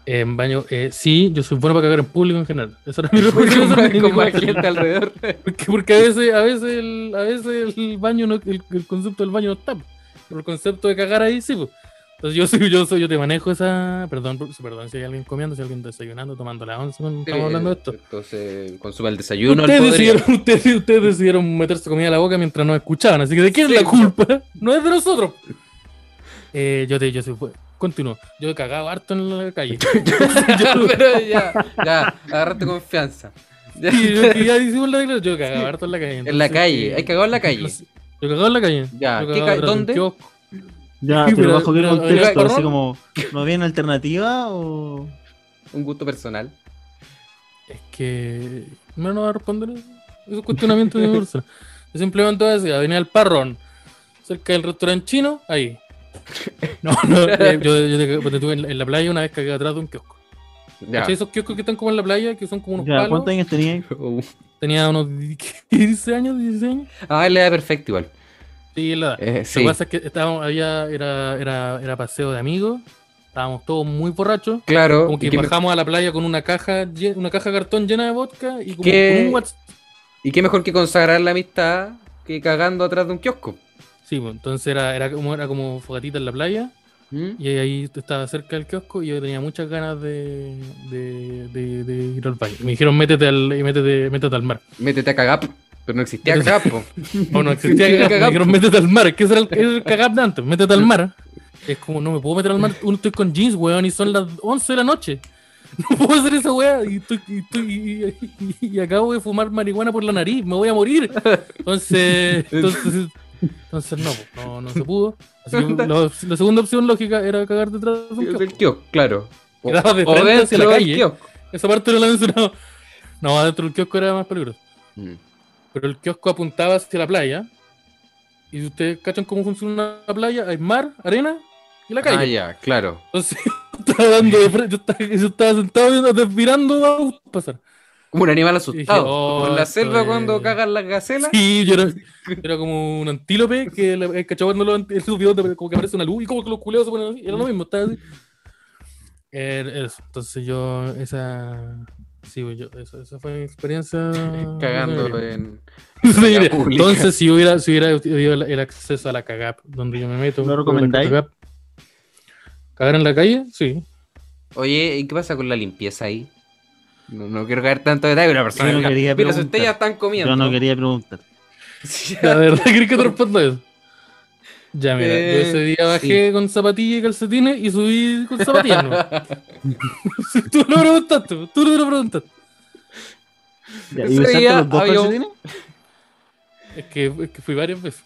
Speaker 4: En baño, eh, sí, yo soy bueno para cagar en público en general. Eso era
Speaker 2: [LAUGHS]
Speaker 4: [LAUGHS] mi
Speaker 2: Con
Speaker 4: porque,
Speaker 2: más- con más gente alrededor.
Speaker 4: porque, porque a veces, a veces, el, a veces el baño no, el, el concepto del baño no está. po. Pero el concepto de cagar ahí sí, po. Entonces yo soy, yo soy, yo te manejo esa. Perdón, por- perdón si hay alguien comiendo, si hay alguien desayunando, tomando la once, cuando [LAUGHS] estamos hablando de esto.
Speaker 2: Entonces, consuma el desayuno.
Speaker 4: ustedes,
Speaker 2: el podrido.
Speaker 4: decidieron, ustedes, ustedes decidieron meterse comida a la boca mientras nos escuchaban, así que ¿de quién
Speaker 2: Sí,
Speaker 4: es la culpa? No es de nosotros. Eh, yo te, yo se fue. Continúo. Yo cagaba harto en la
Speaker 2: [LAUGHS]
Speaker 4: calle. yo,
Speaker 2: Pero ya, ya, agarraste confianza. Ya.
Speaker 4: sí, yo- que ya hicimos la declaración, yo cagaba harto en la calle.
Speaker 2: En la
Speaker 4: entonces,
Speaker 2: calle,
Speaker 4: eh,
Speaker 2: hay cagado en la calle.
Speaker 4: entonces, Yo cagaba en la calle.
Speaker 2: Ya,
Speaker 4: Yo
Speaker 2: ¿qué
Speaker 4: cagaba
Speaker 2: ca-
Speaker 4: atrás de un
Speaker 2: dónde?
Speaker 4: kiosco.
Speaker 1: Ya,
Speaker 4: Sí,
Speaker 1: pero
Speaker 4: pero-
Speaker 1: bajo qué
Speaker 4: pero-
Speaker 1: contexto,
Speaker 2: pero-
Speaker 1: así
Speaker 2: [LAUGHS]
Speaker 1: como. ¿No había alternativa o.?
Speaker 2: Un gusto personal.
Speaker 4: Es que. No, no va a responder eso. Es un cuestionamiento de mi persona. Yo simplemente voy a decir, Avenida El Parrón, cerca del restaurante chino, ahí. No,
Speaker 2: [LAUGHS]
Speaker 4: no, eh, yo, yo te- ponte tú en, la- en la playa una vez cagué atrás de un kiosco.
Speaker 2: Ya.
Speaker 4: ¿Cachai? Esos kioscos que están como en la playa, que son como unos
Speaker 1: Ya,
Speaker 4: palos.
Speaker 1: ¿cuántos años tenía?
Speaker 2: Uh,
Speaker 4: Tenía unos 15 años, 16 años.
Speaker 2: Ah, él le da perfecto igual.
Speaker 4: Sí, la edad.
Speaker 2: Eh,
Speaker 4: Lo
Speaker 2: sí.
Speaker 4: que pasa es que estábamos, había, era, era, era paseo de amigos, estábamos todos muy borrachos.
Speaker 2: Claro.
Speaker 4: Como
Speaker 2: ¿y
Speaker 4: que
Speaker 2: qué me-
Speaker 4: bajamos a la playa con una caja, lle- una caja de cartón llena de vodka y como
Speaker 2: ¿Qué?
Speaker 4: con un WhatsApp.
Speaker 2: ¿Y qué mejor que consagrar la amistad que cagando atrás de un kiosco?
Speaker 4: Sí, pues, entonces era, era, como, era como fogatita en la playa
Speaker 2: ¿Mm?
Speaker 4: y ahí estaba cerca del kiosco y yo tenía muchas ganas de, de, de- de ir al baño. Me dijeron métete al, y métete, métete al mar.
Speaker 2: Métete a cagap. Pero no existía
Speaker 4: Pero-
Speaker 2: cagap. po.
Speaker 4: No, [LAUGHS] no existía
Speaker 2: Sí,
Speaker 4: cagap,
Speaker 2: cagap.
Speaker 4: me dijeron métete al mar, que ese era el, ese era el cagap de antes, métete al mar. Es como, no me puedo meter al mar, uno estoy con jeans, weón, y son las 11 de la noche. [LAUGHS] No puedo hacer esa weá y, estoy- y estoy- y- y- y acabo de fumar marihuana por la nariz, me voy a morir. Entonces, entonces, entonces no, po, no, no se pudo. Así que lo- la segunda opción lógica era cagar detrás de un
Speaker 2: Del
Speaker 4: kiosco.
Speaker 2: kiosco, claro. O,
Speaker 4: Quedaba de
Speaker 2: o
Speaker 4: frente hacia la
Speaker 2: del
Speaker 4: calle.
Speaker 2: kiosco.
Speaker 4: Esa parte no la he mencionado. No, adentro del kiosco era más peligroso.
Speaker 2: Mm.
Speaker 4: pero el kiosco apuntaba hacia la playa. Y si ustedes cachan cómo funciona la playa, hay mar, arena y la
Speaker 2: Ah,
Speaker 4: calle.
Speaker 2: ya, claro.
Speaker 4: Entonces [LAUGHS] yo estaba dando de frente, yo estaba, yo estaba sentado viendo, mirando a Augusto pasar.
Speaker 2: Como un animal asustado.
Speaker 4: oh,
Speaker 2: Como en la
Speaker 4: esto
Speaker 2: selva
Speaker 4: es-
Speaker 2: cuando cagan las gacelas.
Speaker 4: Sí, yo era, yo era como un antílope que la- eh, cachaba cuando los ant- esos videos donde como que aparece una luz y como que los culeos se ponen así.
Speaker 2: Mm.
Speaker 4: Era lo mismo, estaba así. Eh, eso, entonces yo, esa. Sí, yo, esa, esa fue mi experiencia.
Speaker 2: [LAUGHS] Cagando en.
Speaker 4: Sí,
Speaker 2: Vía
Speaker 4: mira,
Speaker 2: pública.
Speaker 4: Entonces, si hubiera, si hubiera habido el, el acceso a la cagap, donde yo me meto.
Speaker 1: ¿No
Speaker 4: pero la
Speaker 1: recomendáis?
Speaker 4: cagap- ¿Cagar en la calle? Sí.
Speaker 2: Oye, ¿y qué pasa con la limpieza ahí? No, no quiero caer tanto detalle, pero la persona.
Speaker 1: Yo no
Speaker 2: mira,
Speaker 1: quería
Speaker 2: mira, si
Speaker 1: preguntar.
Speaker 2: ustedes ya están comiendo.
Speaker 1: Yo no quería preguntar.
Speaker 2: [LAUGHS] Sí,
Speaker 4: La verdad, [LAUGHS] ¿crees que te respondo eso? Ya, mira,
Speaker 2: Eh,
Speaker 4: yo ese día bajé con zapatillas y calcetines y subí con
Speaker 1: [LAUGHS]
Speaker 4: zapatillas. ¿no? tú no lo preguntaste, tú no lo preguntaste.
Speaker 2: [LAUGHS]
Speaker 1: Ya,
Speaker 2: Ese
Speaker 1: ¿Y usaste
Speaker 2: día
Speaker 1: los dos
Speaker 2: había un-
Speaker 1: calcetines?
Speaker 4: Es que, es que fui varias veces.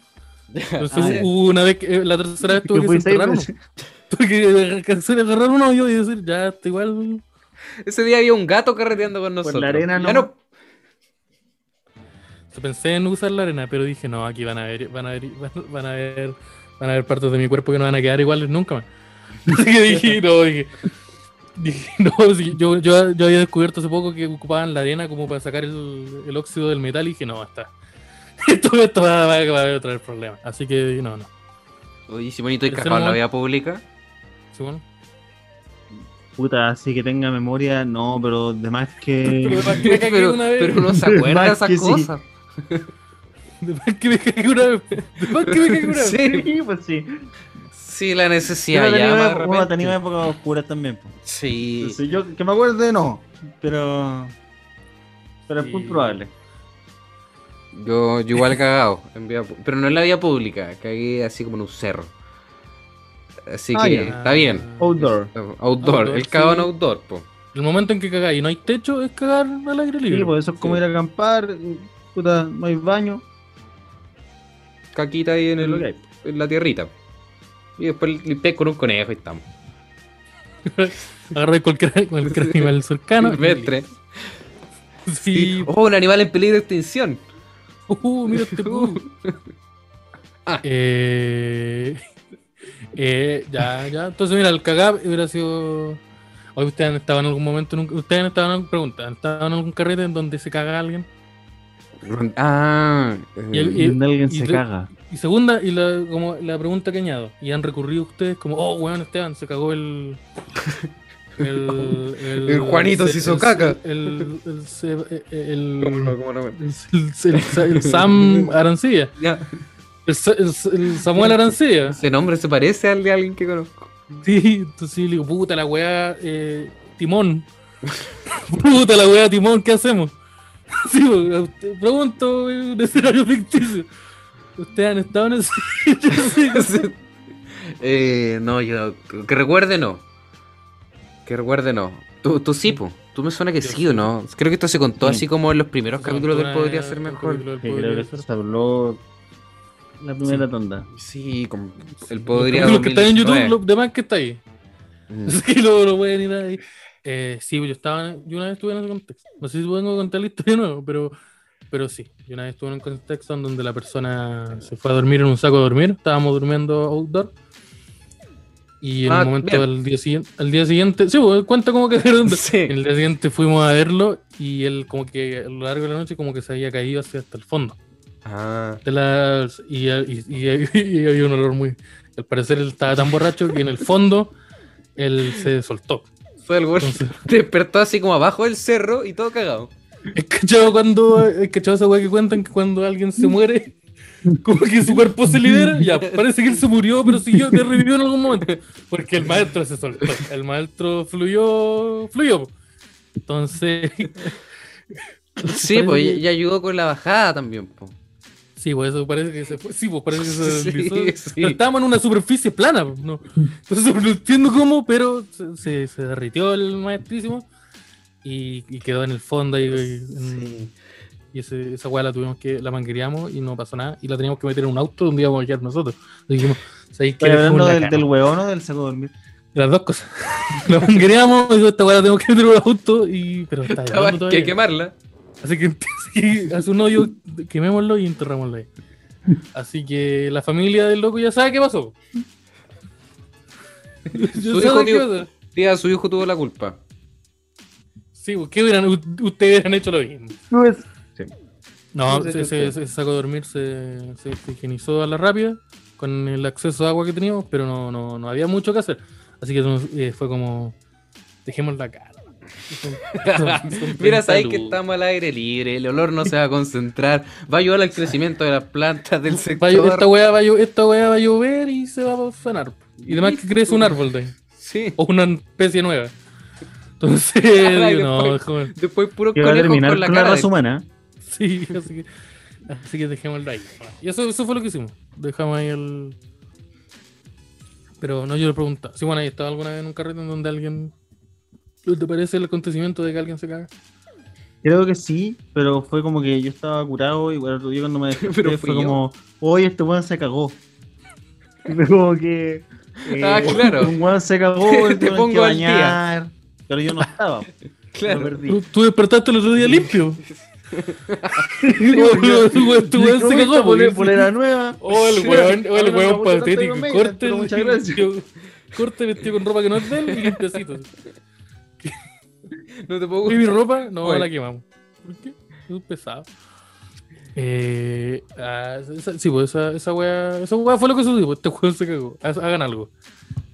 Speaker 4: Entonces,
Speaker 1: Ah, ya.
Speaker 4: hubo una vez, que, eh, la tercera vez tuve
Speaker 1: Que
Speaker 4: que
Speaker 1: fuiste ahí,
Speaker 4: desenterrar uno.
Speaker 1: pero-
Speaker 4: [LAUGHS] Tuve que alcanzar a agarrar uno y decir, ya, está igual.
Speaker 1: Pues
Speaker 2: Ese día había un gato carreteando con nosotros.
Speaker 1: arena,
Speaker 2: Ya
Speaker 1: ¿no?
Speaker 4: pensé en usar la arena, pero dije, no, aquí van a ver, van a ver, van, van a ver, van a ver partes de mi cuerpo que no van a quedar iguales nunca más. [LAUGHS] Así que dije, no, dije, dije, [LAUGHS] no, sí, yo, yo, yo había descubierto hace poco que ocupaban la arena como para sacar el, el óxido del metal y dije, no, basta. [LAUGHS] Esto, esto va, va- va a traer problemas. Así que dije, no, no.
Speaker 2: Oye, si bonito y
Speaker 4: Tercer
Speaker 2: cajado en la
Speaker 4: lugar.
Speaker 2: vida pública.
Speaker 4: Simón.
Speaker 1: Puta, así que tenga memoria, no, pero de más que.
Speaker 4: [LAUGHS] Pero para que me cagué
Speaker 2: Pero,
Speaker 4: una vez.
Speaker 2: pero uno se acuerda de
Speaker 1: Más
Speaker 2: esas
Speaker 1: que sí.
Speaker 4: [LAUGHS]
Speaker 2: cosas.
Speaker 4: De más que me cagué una vez. De más que me cagué una vez.
Speaker 2: [LAUGHS] Sí.
Speaker 1: [LAUGHS] sí, pues sí.
Speaker 2: Sí, la necesidad
Speaker 1: Pero
Speaker 2: ya.
Speaker 1: tenía
Speaker 2: más
Speaker 1: una-
Speaker 2: de
Speaker 1: uno ha tenido
Speaker 2: repente.
Speaker 1: épocas oscuras también. pues.
Speaker 2: Sí.
Speaker 1: Entonces, yo que me acuerde, no. Pero. Pero es muy
Speaker 4: Sí.
Speaker 1: probable.
Speaker 2: Yo, yo igual cagado. en vía pu- pero no en la vía pública. Cagué así como en un cerro. Así
Speaker 1: Ah,
Speaker 2: que
Speaker 1: ya.
Speaker 2: está bien.
Speaker 1: Outdoor.
Speaker 2: Outdoor.
Speaker 4: Outdoor,
Speaker 2: el cagado en
Speaker 4: sí.
Speaker 2: outdoor, po.
Speaker 4: Ah, El momento en que cagáis y no hay techo es cagar al aire libre.
Speaker 1: Sí, pues eso es como
Speaker 2: Sí.
Speaker 1: ir a acampar, eh, puta, no hay baño.
Speaker 2: Caquita ahí en,
Speaker 1: es
Speaker 2: el,
Speaker 1: lo que hay.
Speaker 2: en la tierrita. Y después limpié con un conejo y estamos.
Speaker 4: Agarrar cualquier, cualquier animal cercano.
Speaker 2: Silvestre.
Speaker 4: Sí.
Speaker 2: Oh, un animal en peligro de extinción.
Speaker 4: Uh, mira este pu.
Speaker 2: Ah.
Speaker 4: Eh, eh, ya, ya. Entonces, mira, el cagab hubiera sido. Hoy ustedes han estado en algún momento. en un- Ustedes han estado en alguna pregunta. ¿Han estado en algún carrete en donde se caga alguien?
Speaker 2: Ah.
Speaker 4: Y el-
Speaker 1: Y, donde alguien
Speaker 4: y
Speaker 1: se
Speaker 4: re-
Speaker 1: caga.
Speaker 4: Y segunda, y la, como la pregunta que añado. ¿Y han recurrido ustedes como, oh, weón, Esteban, se cagó el. El,
Speaker 2: [LAUGHS] El Juanito se hizo
Speaker 4: el-
Speaker 2: caca.
Speaker 4: El. El. el-
Speaker 2: ¿Cómo no,
Speaker 4: el-
Speaker 2: cómo no?
Speaker 4: el- el- el Sam Arancilla.
Speaker 2: Ya,
Speaker 4: El, Sa- el- el Samuel Arancilla.
Speaker 2: Ese nombre se parece al de alguien que conozco.
Speaker 4: Sí, entonces yo le digo, puta la weá, eh, Timón. [LAUGHS] puta la weá, Timón, ¿qué hacemos? [LAUGHS] Sí, po, a usted- pregunto eh, un escenario ficticio. ¿Ustedes han estado en ese
Speaker 2: [LAUGHS] Eh, no, yo. Que recuerde, no. Que recuerde, no. Tú, tú sí, po. Tú me suena que
Speaker 4: Yo
Speaker 2: sí o no. Creo que esto se contó
Speaker 1: Sí.
Speaker 2: así como en los primeros capítulos del
Speaker 4: Una-
Speaker 2: Podría Ser
Speaker 4: un
Speaker 2: Mejor.
Speaker 4: capítulo del
Speaker 1: Que
Speaker 4: Podría
Speaker 1: creo que
Speaker 4: Ser-
Speaker 1: se habló la primera tonda.
Speaker 2: Sí, con el
Speaker 4: Los
Speaker 2: Podría
Speaker 4: capítulos que están
Speaker 2: 2019.
Speaker 4: en YouTube, los demás que está ahí. [LAUGHS]
Speaker 2: Mm.
Speaker 4: Así que lo, lo pueden ir ahí. Eh, sí, yo estaba, en- yo una vez estuve en ese contexto. No sé si vengo a contar la historia de nuevo, pero, pero sí. Yo una vez estuve en un contexto en donde la persona se fue a dormir en un saco a dormir. Estábamos durmiendo outdoor. Y en
Speaker 2: Ah,
Speaker 4: un momento
Speaker 2: bien.
Speaker 4: al día, siguiente, al día siguiente, sí, pues, cuenta como que
Speaker 2: [LAUGHS] Sí.
Speaker 4: En el día siguiente fuimos a verlo y él como que a lo largo de la noche como que se había caído hacia hasta el fondo
Speaker 2: Ah.
Speaker 4: de las- y, y- y- [LAUGHS] y había un olor muy. Al parecer él estaba tan borracho que en el fondo él se soltó.
Speaker 2: Fue el güey.
Speaker 4: Entonces,
Speaker 2: [LAUGHS] Despertó así como abajo del cerro y todo cagado.
Speaker 4: ¿es cachado cuando. ¿Es cachado esa weá que cuentan que cuando alguien se muere, [LAUGHS] como que su cuerpo se libera? Ya, parece que él se murió, pero siguió, te revivió en algún momento. Porque el maestro se soltó. El maestro fluyó. fluyó. Entonces. [LAUGHS]
Speaker 2: Sí, pues y, y ayudó con la bajada también, po.
Speaker 4: Sí, pues eso parece que se fue. Sí, pues parece que
Speaker 2: [LAUGHS]
Speaker 4: se
Speaker 2: Sí,
Speaker 4: deslizó.
Speaker 2: sí.
Speaker 4: Pero estábamos en una superficie plana. pues, ¿no? Entonces no entiendo cómo, pero se, se- se derritió el maestrísimo y, y quedó en el fondo. ahí, Y,
Speaker 2: Sí.
Speaker 4: y ese- esa weá la tuvimos que, la mangueríamos y no pasó nada. Y la teníamos que meter en un auto donde íbamos a llegar nosotros. Entonces dijimos, ¿sabéis qué?
Speaker 1: Estoy hablando
Speaker 4: Dejémosla
Speaker 1: del,
Speaker 4: acá.
Speaker 1: del huevón o del saco de dormir.
Speaker 4: Las dos cosas. [LAUGHS] la mangueríamos y digo, esta weá la tenemos que meter en un auto y. Pero está
Speaker 2: Estaba-
Speaker 4: lloviendo
Speaker 2: que
Speaker 4: todavía.
Speaker 2: quemarla.
Speaker 4: Así que, [LAUGHS] así que hace un hoyo, quemémoslo y enterrémoslo ahí. Así que la familia del loco ya sabe
Speaker 2: [LAUGHS]
Speaker 4: qué pasó.
Speaker 2: Su
Speaker 4: Yo
Speaker 2: hijo
Speaker 4: sé qué
Speaker 2: dijo-
Speaker 4: pasó.
Speaker 2: Tía, su hijo tuvo la culpa.
Speaker 4: Sí, pues, ¿qué hubieran, u- ustedes hubieran hecho lo mismo. No,
Speaker 2: Sí,
Speaker 4: se,
Speaker 2: sí,
Speaker 4: se-
Speaker 2: sí.
Speaker 4: se sacó a dormir, se, se higienizó a la rápida con el acceso a agua que teníamos, pero no, no, no había mucho que hacer. Así que eh, fue como, dejemos
Speaker 2: [LAUGHS]
Speaker 4: la cara.
Speaker 2: Mira, sabes que
Speaker 4: estamos
Speaker 2: estamos al aire libre, el olor no se va a concentrar, va a ayudar al crecimiento de las plantas del
Speaker 4: Va a
Speaker 2: sector.
Speaker 4: llo- esta, weá va a llo- esta weá va a llover y se va a sanar. Y además que crece un árbol de ahí,
Speaker 2: Sí.
Speaker 4: o una especie nueva.
Speaker 1: [LAUGHS]
Speaker 4: Entonces,
Speaker 2: Ahora y
Speaker 4: digo, no,
Speaker 2: después.
Speaker 4: joven.
Speaker 2: Después puro
Speaker 1: Que va a
Speaker 2: conejo
Speaker 1: terminar
Speaker 2: con
Speaker 1: con
Speaker 2: la
Speaker 1: la,
Speaker 2: cara.
Speaker 1: raza
Speaker 2: de-
Speaker 1: humana.
Speaker 4: Sí, así que, así que dejémoslo ahí. Y eso, eso fue lo que hicimos. Dejamos ahí el. Pero no, yo le preguntaba. Sí, bueno, ahí estaba alguna vez en un carrete en donde alguien. ¿Te parece el acontecimiento de que alguien se caga?
Speaker 1: Creo que sí, pero fue como que yo estaba curado y bueno, el otro día
Speaker 4: [LAUGHS]
Speaker 1: cuando me desperté
Speaker 2: Pero fui
Speaker 1: fue
Speaker 2: yo.
Speaker 1: como, oye, este weón se
Speaker 2: [LAUGHS]
Speaker 1: cagó. Fue como que. eh,
Speaker 2: Ah, claro.
Speaker 1: [LAUGHS] Un weón se cagó,
Speaker 2: [LAUGHS] Te
Speaker 1: te
Speaker 2: pongo
Speaker 1: pongo que
Speaker 2: al día. [LAUGHS]
Speaker 1: bañar. Pero yo no estaba, pues, lo
Speaker 2: Claro.
Speaker 1: perdí. [LAUGHS]
Speaker 2: [LAUGHS]
Speaker 4: [LAUGHS] Tú, tú despertaste el otro día limpio. Tu weón- tu weón se cagó,
Speaker 1: Pole-
Speaker 4: porque-
Speaker 1: polera nueva.
Speaker 4: O
Speaker 2: [LAUGHS]
Speaker 4: Oh, el weón, o
Speaker 1: Ahora
Speaker 4: el
Speaker 1: no
Speaker 4: weón
Speaker 1: vamos a tratar
Speaker 4: patético.
Speaker 1: con medias,
Speaker 4: Corte,
Speaker 1: pero muchas gracias.
Speaker 4: vestido- corte vestido con ropa que no es de él y limpiecito.
Speaker 2: No te puedo.
Speaker 4: ¿Y mi ropa? No,
Speaker 2: Oye.
Speaker 4: la quemamos. ¿Por qué? Es un pesado. Eh, ah, esa- sí, pues esa, esa weá, esa weá fue lo que sucedió. pues, Este juego se cagó. Haz- Hagan algo.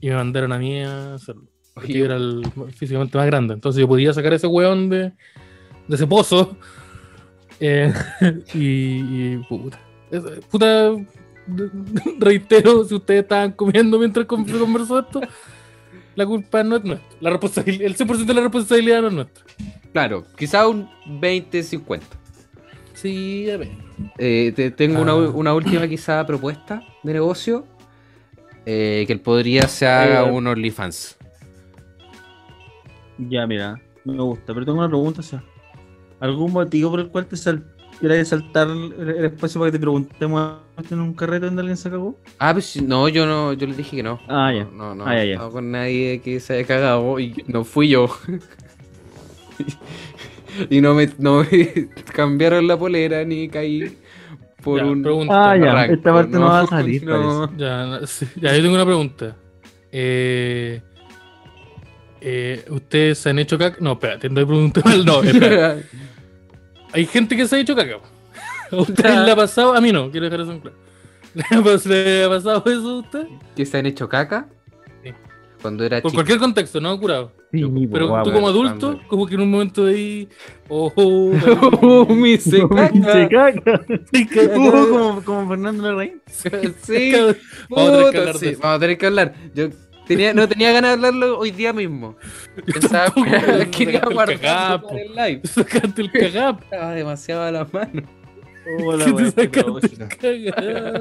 Speaker 4: Y me mandaron a mí a hacerlo. Porque yo era el físicamente más grande. Entonces yo podía sacar a ese weón de, de ese pozo. Eh, [LAUGHS] y, y, puta. Es- puta, [LAUGHS] reitero, si ustedes estaban comiendo mientras con- se conversó esto, la culpa no es nuestra. La responsabilidad, el 100% de la responsabilidad no es nuestra.
Speaker 2: Claro, quizá un 20-50.
Speaker 4: Sí, a ver.
Speaker 2: Eh, te- tengo una,
Speaker 4: Ah.
Speaker 2: u- una última quizá propuesta de negocio. Eh, que el podría se haga
Speaker 1: Eh.
Speaker 2: un OnlyFans.
Speaker 1: Ya, mira, me gusta. Pero tengo una pregunta, o sea, ¿algún motivo por el cual te sal querés saltar el, el espacio para que te preguntemos en un carrete donde alguien se cagó?
Speaker 2: Ah, pues no, yo no, yo les dije que no.
Speaker 1: Ah, ya.
Speaker 2: No, no,
Speaker 1: Ah, ya,
Speaker 2: no,
Speaker 1: ya.
Speaker 2: no con nadie que se haya cagado y no fui yo. [LAUGHS] y no me, no me [LAUGHS] cambiaron la polera ni caí por
Speaker 4: Ya,
Speaker 2: un
Speaker 4: pregunta.
Speaker 1: Ah, ya.
Speaker 2: barranco,
Speaker 1: esta parte no va a salir,
Speaker 2: no.
Speaker 4: Ya, no- sí, ya, yo tengo una pregunta. Eh, eh, ¿Ustedes se han hecho caca? No, espérate, no he preguntado mal. [LAUGHS]
Speaker 2: [LAUGHS]
Speaker 4: No, espera. Hay gente que se ha hecho caca. ¿A ustedes
Speaker 2: Ya.
Speaker 4: le ha pasado? A mí no, quiero dejar eso en claro. [LAUGHS] ¿Le ha pas- le ha pasado eso a usted?
Speaker 2: ¿Que se han hecho caca?
Speaker 4: Sí.
Speaker 2: Cuando era
Speaker 4: Por
Speaker 2: chico.
Speaker 4: cualquier contexto, no curado.
Speaker 1: Sí,
Speaker 4: Pero
Speaker 1: guau,
Speaker 4: tú
Speaker 1: guau.
Speaker 4: como adulto,
Speaker 2: Cuando-
Speaker 4: como que en un momento de ahí... Oh,
Speaker 2: [LAUGHS]
Speaker 4: oh,
Speaker 2: Oh,
Speaker 1: [LAUGHS]
Speaker 2: mi se
Speaker 1: Se
Speaker 2: caca.
Speaker 1: [LAUGHS] caga.
Speaker 4: caca.
Speaker 1: Uh, como, como Fernando Larraín.
Speaker 2: Sí.
Speaker 4: [LAUGHS] Vamos a tener que
Speaker 2: puta,
Speaker 4: hablar de
Speaker 2: sí,
Speaker 4: eso.
Speaker 2: vamos a tener que hablar. Yo tenía, no tenía ganas de hablarlo hoy día
Speaker 4: [LAUGHS]
Speaker 2: mismo. Pensaba
Speaker 4: tampoco,
Speaker 2: que
Speaker 4: me
Speaker 2: quería
Speaker 4: sacaste el
Speaker 2: guardarlo
Speaker 4: cagapo.
Speaker 2: para el live.
Speaker 4: Sacaste el cagap.
Speaker 2: Estaba demasiado a las manos.
Speaker 1: Hola,
Speaker 4: Sí, te
Speaker 1: güey.
Speaker 4: sacaste.
Speaker 1: [LAUGHS]
Speaker 4: Cagado.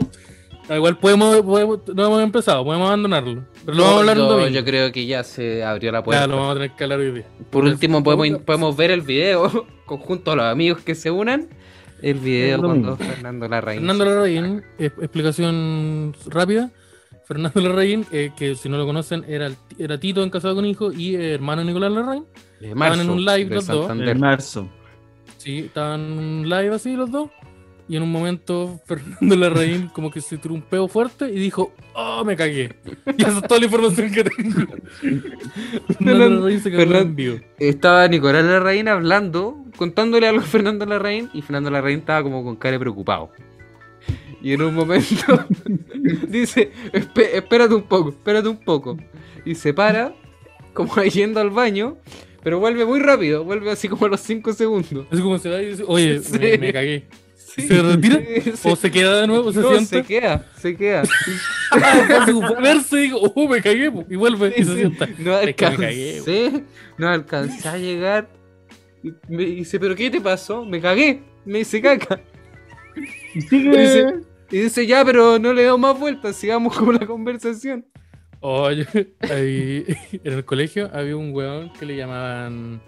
Speaker 4: Da igual podemos, podemos- no hemos empezado, podemos abandonarlo. Pero lo vamos a hablar un
Speaker 2: yo,
Speaker 4: domingo.
Speaker 2: yo creo que ya se abrió la
Speaker 4: Ya,
Speaker 2: puerta.
Speaker 4: lo vamos a tener que hablar hoy día.
Speaker 2: Por último, podemos,
Speaker 4: Puta.
Speaker 2: podemos ver el video [LAUGHS] conjunto a los amigos que se unan. El video
Speaker 1: Es lo
Speaker 2: cuando Fernando Larraín.
Speaker 4: Fernando Larraín, eh, explicación rápida. Fernando Larraín, eh, que si no lo conocen, era, el- era Tito en Casado con Hijo y eh, hermano de Nicolás Larraín.
Speaker 2: de marzo,
Speaker 4: en un live
Speaker 2: de
Speaker 4: los dos.
Speaker 2: Santander.
Speaker 1: En marzo.
Speaker 4: Sí, estaban live así los dos. Y en un momento [LAUGHS] Fernando Larraín como que se tiró un peo fuerte y dijo, oh, me cagué. [LAUGHS] Y esa es toda la información que tengo. Fernando Larraín se cagó
Speaker 2: Fernan-
Speaker 4: en vivo.
Speaker 2: Estaba Nicolás Larraín hablando, contándole algo a Fernando Larraín, y Fernando Larraín estaba como con cara de preocupado. Y en un momento [LAUGHS] dice, "Espe- espérate un poco, espérate un poco. Y se para, como [LAUGHS] yendo al baño, pero vuelve muy rápido, vuelve así como a los 5 segundos.
Speaker 4: Así como se va y dice,
Speaker 2: [LAUGHS]
Speaker 4: oye,
Speaker 2: Sí.
Speaker 4: me, me cagué.
Speaker 2: Sí,
Speaker 4: ¿Se retira?
Speaker 2: sí, sí.
Speaker 4: O se queda de nuevo, se
Speaker 2: No,
Speaker 4: sienta. [LAUGHS]
Speaker 2: se queda, se queda.
Speaker 4: A su- a verse y digo, oh, me cagué, po", y vuelve y se sienta.
Speaker 2: [LAUGHS] No
Speaker 4: Es que me cagué,
Speaker 2: alcancé, no alcancé a llegar. Y me dice, ¿pero qué te pasó? Me cagué, me dice caca.
Speaker 1: Dice-
Speaker 2: Y dice, ya, pero no le damos más vueltas, sigamos con la conversación.
Speaker 4: Oye, ahí- [LAUGHS] en el colegio había un weón que le llamaban,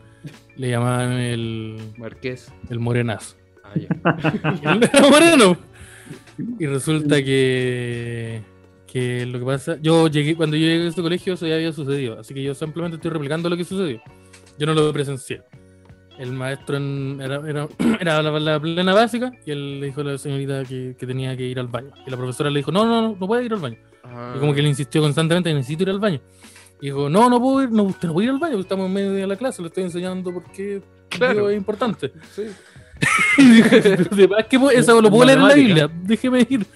Speaker 4: le llamaban el,
Speaker 2: Marqués.
Speaker 4: el morenazo.
Speaker 2: Ah, ya.
Speaker 4: Él era moreno. Y resulta que, que lo que pasa, yo llegué, cuando yo llegué a este colegio eso ya había sucedido, así que yo simplemente estoy replicando lo que sucedió. Yo no lo presencié. El maestro en- era, era- [CLEARS THROAT] era la, la plena básica y él le dijo a la señorita que, que tenía que ir al baño. Y la profesora le dijo, no, no, no, no puede ir al baño. [LAUGHS] Y como que le insistió constantemente, necesito ir al baño. Y dijo, no, no puedo ir, no, usted no puede ir al baño, estamos en medio de la clase, le estoy enseñando porque
Speaker 2: Claro.
Speaker 4: es importante.
Speaker 2: Sí.
Speaker 4: [LAUGHS] Y dijo, "De más que puedo- eso lo puedo leer en la
Speaker 1: Matemática.
Speaker 4: Biblia, déjeme ir.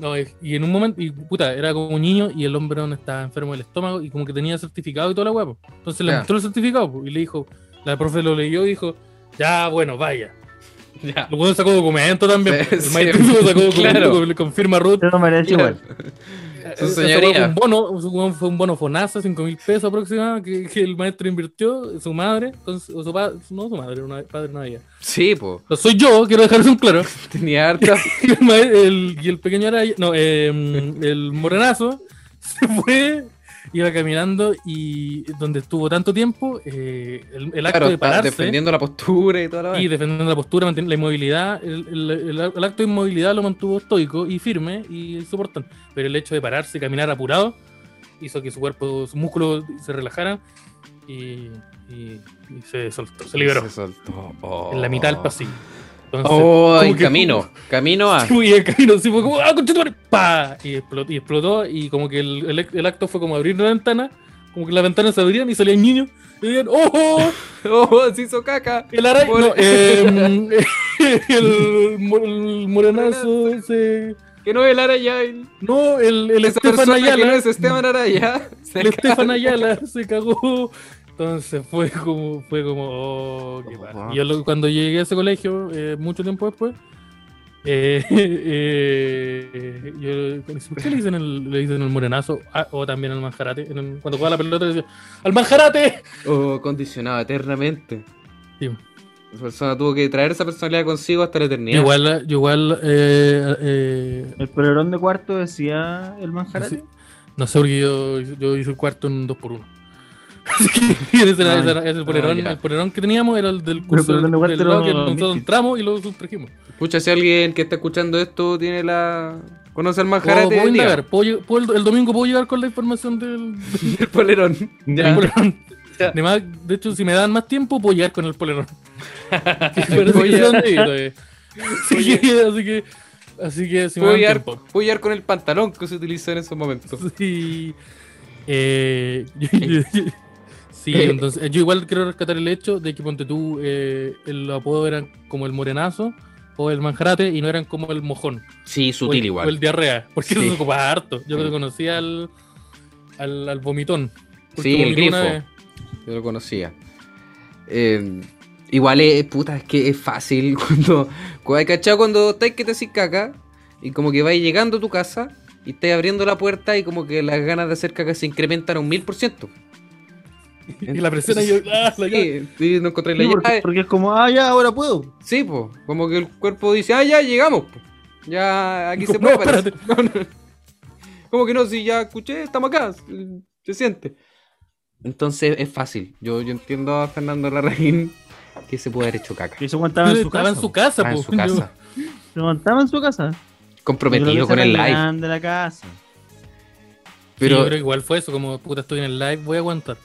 Speaker 4: No, y y en un momento, y puta, era como un niño y el hombre aún estaba enfermo del estómago y como que tenía certificado y toda la hueá. Entonces le
Speaker 2: Ya.
Speaker 4: mostró el certificado po, y le dijo, la profe lo leyó y dijo, ya, bueno, vaya.
Speaker 2: Ya.
Speaker 4: Luego sacó documento también.
Speaker 2: Sí,
Speaker 4: el
Speaker 2: sí.
Speaker 4: maestro sacó documento,
Speaker 2: Claro.
Speaker 4: con- con firma Ruth.
Speaker 1: Yo no me merece
Speaker 2: Claro.
Speaker 1: igual.
Speaker 2: Su
Speaker 4: Esa
Speaker 2: señoría.
Speaker 4: fue Un bono, su- un- fue un bono FONASA, 5 mil pesos aproximadamente, que, que el maestro invirtió, su madre, entonces, o su padre, no su madre, una, padre no había.
Speaker 2: Sí, po.
Speaker 4: No soy yo, quiero dejar eso en claro.
Speaker 2: Tenía
Speaker 4: [LAUGHS]
Speaker 2: harta.
Speaker 4: Y el, ma- el- y el pequeño Araya, no, eh, el morenazo, [LAUGHS] se fue, iba caminando y donde estuvo tanto tiempo, eh, el, el acto
Speaker 2: Claro,
Speaker 4: de
Speaker 2: estaba
Speaker 4: pararse
Speaker 2: defendiendo eh. la postura y toda la
Speaker 4: y
Speaker 2: vaina.
Speaker 4: defendiendo la postura, mantener la inmovilidad, el, el- el- el acto de inmovilidad lo mantuvo estoico y firme y soportante. Pero el hecho de pararse y caminar apurado hizo que su cuerpo, sus músculos se relajaran y, y- y se soltó, se liberó
Speaker 2: Se soltó. Oh.
Speaker 4: en la mitad del pasillo. Entonces,
Speaker 2: Oh,
Speaker 4: como
Speaker 2: en
Speaker 4: que- [LAUGHS]
Speaker 2: camino. Camino a.
Speaker 4: Sí, y el camino sí fue como, ¡ah, conchetumare! ¡Pa! Y explotó, y explotó, y como que el, el- el acto fue como abrir la ventana, como que las ventanas se abrían y salían niños, y decían, ¡oh! oh,
Speaker 2: [LAUGHS] Oh, se hizo caca.
Speaker 4: el araña.
Speaker 2: Por-
Speaker 4: No, em, [LAUGHS] el, mo- el morenazo se.
Speaker 2: [LAUGHS] Que no es el Araya. el-
Speaker 4: No, el, el
Speaker 2: Esa
Speaker 4: Estefan
Speaker 2: persona que
Speaker 4: Ayala.
Speaker 2: no es Esteban Araya. [LAUGHS] Se
Speaker 4: el Estefan
Speaker 2: caga.
Speaker 4: Ayala se cagó. Entonces fue como, fue como, oh, qué mal. Y Yo lo- cuando llegué a ese colegio, eh, mucho tiempo después, [LAUGHS] eh, eh, yo, ¿por qué le dicen el, le dicen el morenazo? Ah, o también al manjarate. En el- cuando jugaba la pelota le decían, ¡al manjarate!
Speaker 2: Oh, condicionado eternamente.
Speaker 4: Sí.
Speaker 2: Esa persona tuvo que traer esa personalidad consigo hasta la eternidad.
Speaker 4: Igual, yo igual, eh, eh,
Speaker 1: El polerón de cuarto decía el manjarate.
Speaker 4: Sí. No sé, porque yo, yo hice el cuarto en un 2x1. [LAUGHS] Así que [LAUGHS] ese era,
Speaker 1: Ah,
Speaker 4: ese era- ese era el, polerón,
Speaker 2: ya.
Speaker 4: el polerón que teníamos era el del
Speaker 1: Pero
Speaker 4: curso
Speaker 1: el polerón
Speaker 4: del,
Speaker 1: de cuarto
Speaker 4: del
Speaker 1: era
Speaker 4: lado que
Speaker 1: uno de los
Speaker 4: nosotros
Speaker 1: mil.
Speaker 4: entramos y lo sustrajimos.
Speaker 2: Escucha, si alguien que está escuchando esto tiene la. conoce al
Speaker 4: ¿Puedo,
Speaker 2: manjarate.
Speaker 4: puedo
Speaker 2: diga.
Speaker 4: Oh, indagar? ¿Puedo lleg- puedo el, el domingo puedo llegar con la información del,
Speaker 2: [LAUGHS] El polerón.
Speaker 1: [LAUGHS]
Speaker 4: del
Speaker 1: Ya.
Speaker 4: polerón.
Speaker 2: [LAUGHS] Ya.
Speaker 4: Además, de hecho, si me dan más tiempo, puedo llegar con el
Speaker 2: [LAUGHS]
Speaker 4: polerón. Sí, parece
Speaker 2: Voy
Speaker 4: que
Speaker 2: a- [LAUGHS]
Speaker 4: sea bandido, eh. así, que, así que, así que, si me
Speaker 2: Puedo
Speaker 4: dan
Speaker 2: llegar,
Speaker 4: tiempo.
Speaker 2: puedo llegar con el pantalón que se utilizó en esos momentos.
Speaker 4: [LAUGHS] Sí. Eh,
Speaker 2: [LAUGHS]
Speaker 4: sí, entonces yo igual quiero rescatar el hecho de que ponte tú, eh, el apodo eran como el morenazo o el manjarate y no eran como el mojón.
Speaker 2: Sí,
Speaker 4: o el, o el diarrea, porque
Speaker 2: Sí.
Speaker 4: eso se ocupaba harto. Yo
Speaker 2: Sí.
Speaker 4: lo conocía al, al, al vomitón. porque
Speaker 2: Sí, el
Speaker 4: vomitó una
Speaker 2: grifo.
Speaker 4: vez.
Speaker 2: Yo lo conocía. Eh, igual es, puta, es que es fácil [LAUGHS] cuando. cuando ¿Cachado? Cuando estáis que te haces caca y como que vais llegando a tu casa y estáis abriendo la puerta y como que las ganas de hacer caca se incrementan a un mil por ciento.
Speaker 4: [LAUGHS] Y la presión ahí, yo, ah, la llave.
Speaker 2: Sí, sí, no encontré la
Speaker 1: Sí, porque,
Speaker 2: llave.
Speaker 1: porque es como, ah, ya, ahora puedo.
Speaker 2: Sí, po, como que el cuerpo dice, ah, ya llegamos. po. Ya, aquí se
Speaker 4: No,
Speaker 2: puede. parar". [LAUGHS] No, no. Como que no, si ya escuché, estamos acá. eh, Se siente. Entonces es fácil. Yo, yo entiendo a Fernando Larraín que se puede haber hecho caca.
Speaker 1: Que se aguantaba en su
Speaker 4: Estaba en
Speaker 1: casa.
Speaker 4: su casa, pues,
Speaker 2: Ah, en
Speaker 4: po.
Speaker 2: su casa.
Speaker 1: Se aguantaba en su casa.
Speaker 2: Comprometido con el live.
Speaker 1: De la casa.
Speaker 4: Sí, yo
Speaker 2: Pero
Speaker 4: creo que igual fue eso, como puta, estoy en el live, voy a aguantar.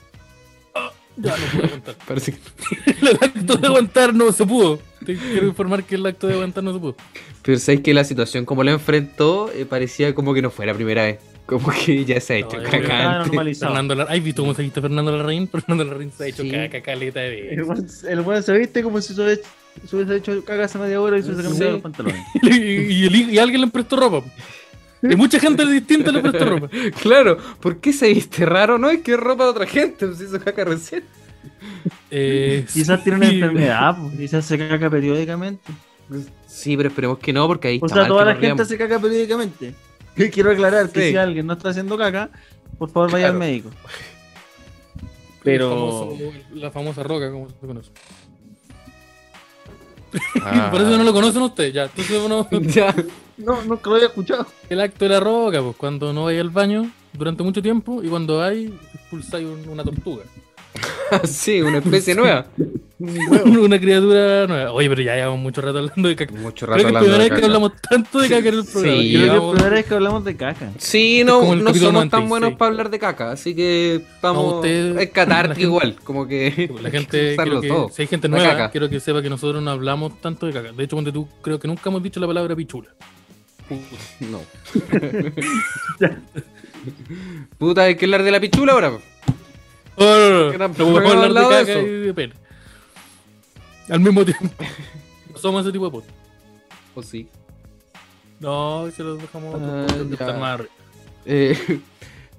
Speaker 4: Ah, [LAUGHS] ya no puedo aguantar.
Speaker 2: parece que-
Speaker 4: [LAUGHS] El acto de aguantar no se pudo.
Speaker 1: [LAUGHS]
Speaker 4: Te quiero informar que el acto de aguantar no se pudo.
Speaker 2: pero sabes que la situación como la enfrentó eh, parecía como que no fue la primera vez. Como que ya se ha hecho
Speaker 4: No, yo creo que
Speaker 2: caca
Speaker 1: Estaba
Speaker 2: antes.
Speaker 1: normalizado.
Speaker 4: Fernando Larraín. ¿Has visto cómo se viste Fernando Larraín? [LAUGHS] Fernando Larraín se ha hecho
Speaker 2: Sí.
Speaker 4: caca, caleta de
Speaker 1: El
Speaker 4: veces.
Speaker 1: buen, el buen se viste como si se hubiese se hubiese hecho caca hace media hora y se hubiese
Speaker 2: Sí.
Speaker 1: cambiado los pantalones.
Speaker 4: [LAUGHS] Y, y el hijo- y alguien le prestó ropa. Y mucha gente distinta le prestó
Speaker 1: [LAUGHS]
Speaker 4: ropa.
Speaker 2: Claro, ¿por qué se viste raro? No, es que es ropa de otra gente. pues hizo caca recién.
Speaker 4: Eh,
Speaker 1: [LAUGHS] Quizás
Speaker 4: sí.
Speaker 1: tiene una enfermedad, po. quizás se caca periódicamente.
Speaker 2: Sí, pero esperemos que no, porque ahí
Speaker 1: O
Speaker 2: está
Speaker 1: sea,
Speaker 2: mal
Speaker 1: toda
Speaker 2: que
Speaker 1: la
Speaker 2: nos
Speaker 1: gente
Speaker 2: riamos.
Speaker 1: se caca periódicamente. Quiero aclarar que
Speaker 2: Sí.
Speaker 1: si alguien no está haciendo caca, por favor vaya
Speaker 2: Claro.
Speaker 1: al médico.
Speaker 4: El
Speaker 1: Pero
Speaker 4: famoso- la famosa roca, como se conoce.
Speaker 2: Ah.
Speaker 4: [LAUGHS] Por eso no lo conocen ustedes. Ya, entonces uno,
Speaker 2: [LAUGHS] Ya.
Speaker 1: no, nunca lo había escuchado.
Speaker 4: [LAUGHS] el acto de la roca, pues cuando no vais al baño durante mucho tiempo y cuando vais, expulsáis un- una tortuga.
Speaker 2: sí, una especie nueva.
Speaker 4: [LAUGHS] una criatura nueva. Oye, pero ya llevamos mucho rato hablando de caca.
Speaker 2: Mucho
Speaker 4: Creo que es la primera vez que hablamos tanto de caca en el programa.
Speaker 1: Creo
Speaker 2: Sí,
Speaker 1: que es la
Speaker 2: vamos.
Speaker 1: primera vez que hablamos de caca.
Speaker 2: Sí,
Speaker 4: Es como
Speaker 2: no,
Speaker 4: el
Speaker 2: no
Speaker 4: capítulo
Speaker 2: somos tan
Speaker 4: 96.
Speaker 2: buenos para hablar de caca, así que estamos.
Speaker 4: No, ustedes-
Speaker 2: Es
Speaker 4: [LAUGHS] la
Speaker 2: catártico
Speaker 4: gente-
Speaker 2: igual, como que.
Speaker 4: La
Speaker 2: [LAUGHS]
Speaker 4: gente,
Speaker 2: usarlo
Speaker 4: creo que-
Speaker 2: todo.
Speaker 4: si hay gente
Speaker 2: La
Speaker 4: nueva,
Speaker 2: caca.
Speaker 4: quiero que sepa que nosotros no hablamos tanto de caca. De hecho, ponte tú, creo que nunca hemos dicho la palabra pichula.
Speaker 2: No. [LAUGHS] Puta, hay que hablar de la pichula ahora. po.
Speaker 4: Oh, No, no, no,
Speaker 2: Que
Speaker 4: no,
Speaker 2: tampoco
Speaker 4: podemos
Speaker 2: hemos
Speaker 4: hablar de
Speaker 2: hablado de
Speaker 4: caca
Speaker 2: eso.
Speaker 4: y de pene. Al mismo tiempo. No somos ese tipo de podcast.
Speaker 2: O sí.
Speaker 4: No, se los dejamos a otros
Speaker 2: Ah,
Speaker 4: podcasts que
Speaker 2: ya.
Speaker 4: están más arriba.
Speaker 2: Eh,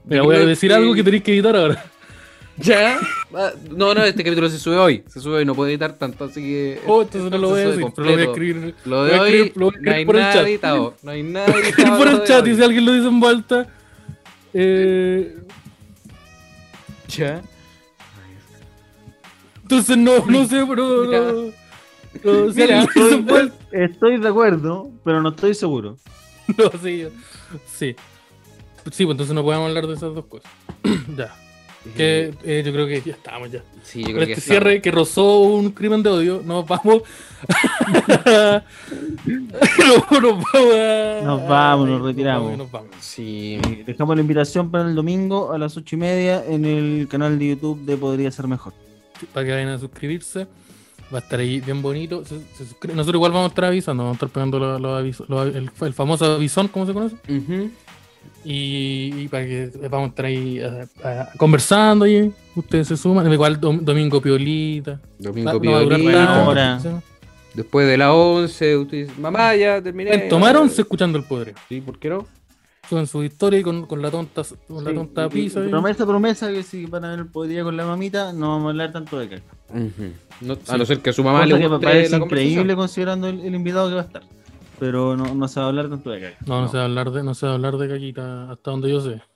Speaker 4: Mira,
Speaker 2: yo
Speaker 4: voy a
Speaker 2: creo
Speaker 4: decir
Speaker 2: que-
Speaker 4: algo que tenéis que editar ahora.
Speaker 2: [LAUGHS] ¿Ya? Ah, No, no, este capítulo se sube hoy. Se sube hoy, no puedo editar tanto, así que.
Speaker 4: Oh, entonces no lo voy a
Speaker 2: Se sube
Speaker 4: decir, pero lo voy a
Speaker 2: completo.
Speaker 4: escribir.
Speaker 2: Lo
Speaker 4: voy
Speaker 2: de
Speaker 4: a
Speaker 2: hoy
Speaker 4: escribir- lo voy a
Speaker 2: no
Speaker 4: escribir
Speaker 2: hay
Speaker 4: por el
Speaker 2: nada
Speaker 4: chat.
Speaker 2: editado. No hay
Speaker 4: [LAUGHS]
Speaker 2: nada
Speaker 4: escribir
Speaker 2: editado.
Speaker 4: por
Speaker 2: lo
Speaker 4: el
Speaker 2: de
Speaker 4: chat
Speaker 2: hoy.
Speaker 4: y si alguien lo dice en vuelta. Eh,
Speaker 2: Ya.
Speaker 4: entonces no, no sé, pero.
Speaker 2: Mira.
Speaker 4: no- no, pues. si
Speaker 2: Mira,
Speaker 4: alguien lo dice en vuelta.
Speaker 1: Estoy de acuerdo, pero no estoy seguro.
Speaker 4: No, sí. Sí. Sí, pues entonces no podemos hablar de esas dos cosas. [CLEARS THROAT] ya. Que eh, yo creo que ya estamos ya.
Speaker 2: Sí, yo
Speaker 4: Con
Speaker 2: creo que
Speaker 4: este
Speaker 2: estamos.
Speaker 4: cierre que rozó un crimen de odio, nos vamos. [LAUGHS] nos, nos vamos. a-
Speaker 1: Nos vamos, nos
Speaker 4: Ay,
Speaker 1: retiramos.
Speaker 4: Nos vamos.
Speaker 2: Sí.
Speaker 1: Eh, Dejamos la invitación para el domingo a las ocho y media en el canal de YouTube de Podría Ser Mejor.
Speaker 4: Para que vayan a suscribirse. Va a estar ahí bien bonito. Se- se suscribe- Nosotros igual vamos a estar avisando, vamos a estar pegando los- los avisos- los- el, el famoso avisón, ¿cómo se conoce?
Speaker 2: Ujú.
Speaker 4: Y, y para que vamos a estar ahí eh, eh, conversando y ustedes se suman. Igual dom- Domingo Piolita. Va-
Speaker 2: Domingo
Speaker 4: no va a durar
Speaker 2: Piolita,
Speaker 1: nada.
Speaker 4: nada.
Speaker 1: Ahora.
Speaker 4: Sí.
Speaker 2: Después de la 11, usted dice, mamá, ya terminé.
Speaker 4: Pueden tomar once escuchando el podre.
Speaker 2: Sí, ¿por qué no?
Speaker 4: Suben su historia y con, con la tonta, con la
Speaker 1: Sí,
Speaker 4: tonta
Speaker 1: y-
Speaker 4: pizza. ¿eh?
Speaker 1: y
Speaker 4: ahí.
Speaker 1: Promesa, promesa que si van a ver el Podría con la mamita, no vamos a hablar tanto de caca.
Speaker 2: Ujú. No-
Speaker 4: Sí.
Speaker 2: A no ser que a su mamá
Speaker 1: Cosa
Speaker 2: le
Speaker 1: que me
Speaker 2: guste
Speaker 1: parece
Speaker 2: la conversación.
Speaker 1: increíble considerando el, el invitado que va a estar. Pero no, no se va a hablar tanto de caca.
Speaker 4: No, no, se va a hablar de, no se va a hablar de caquita, hasta donde yo sé.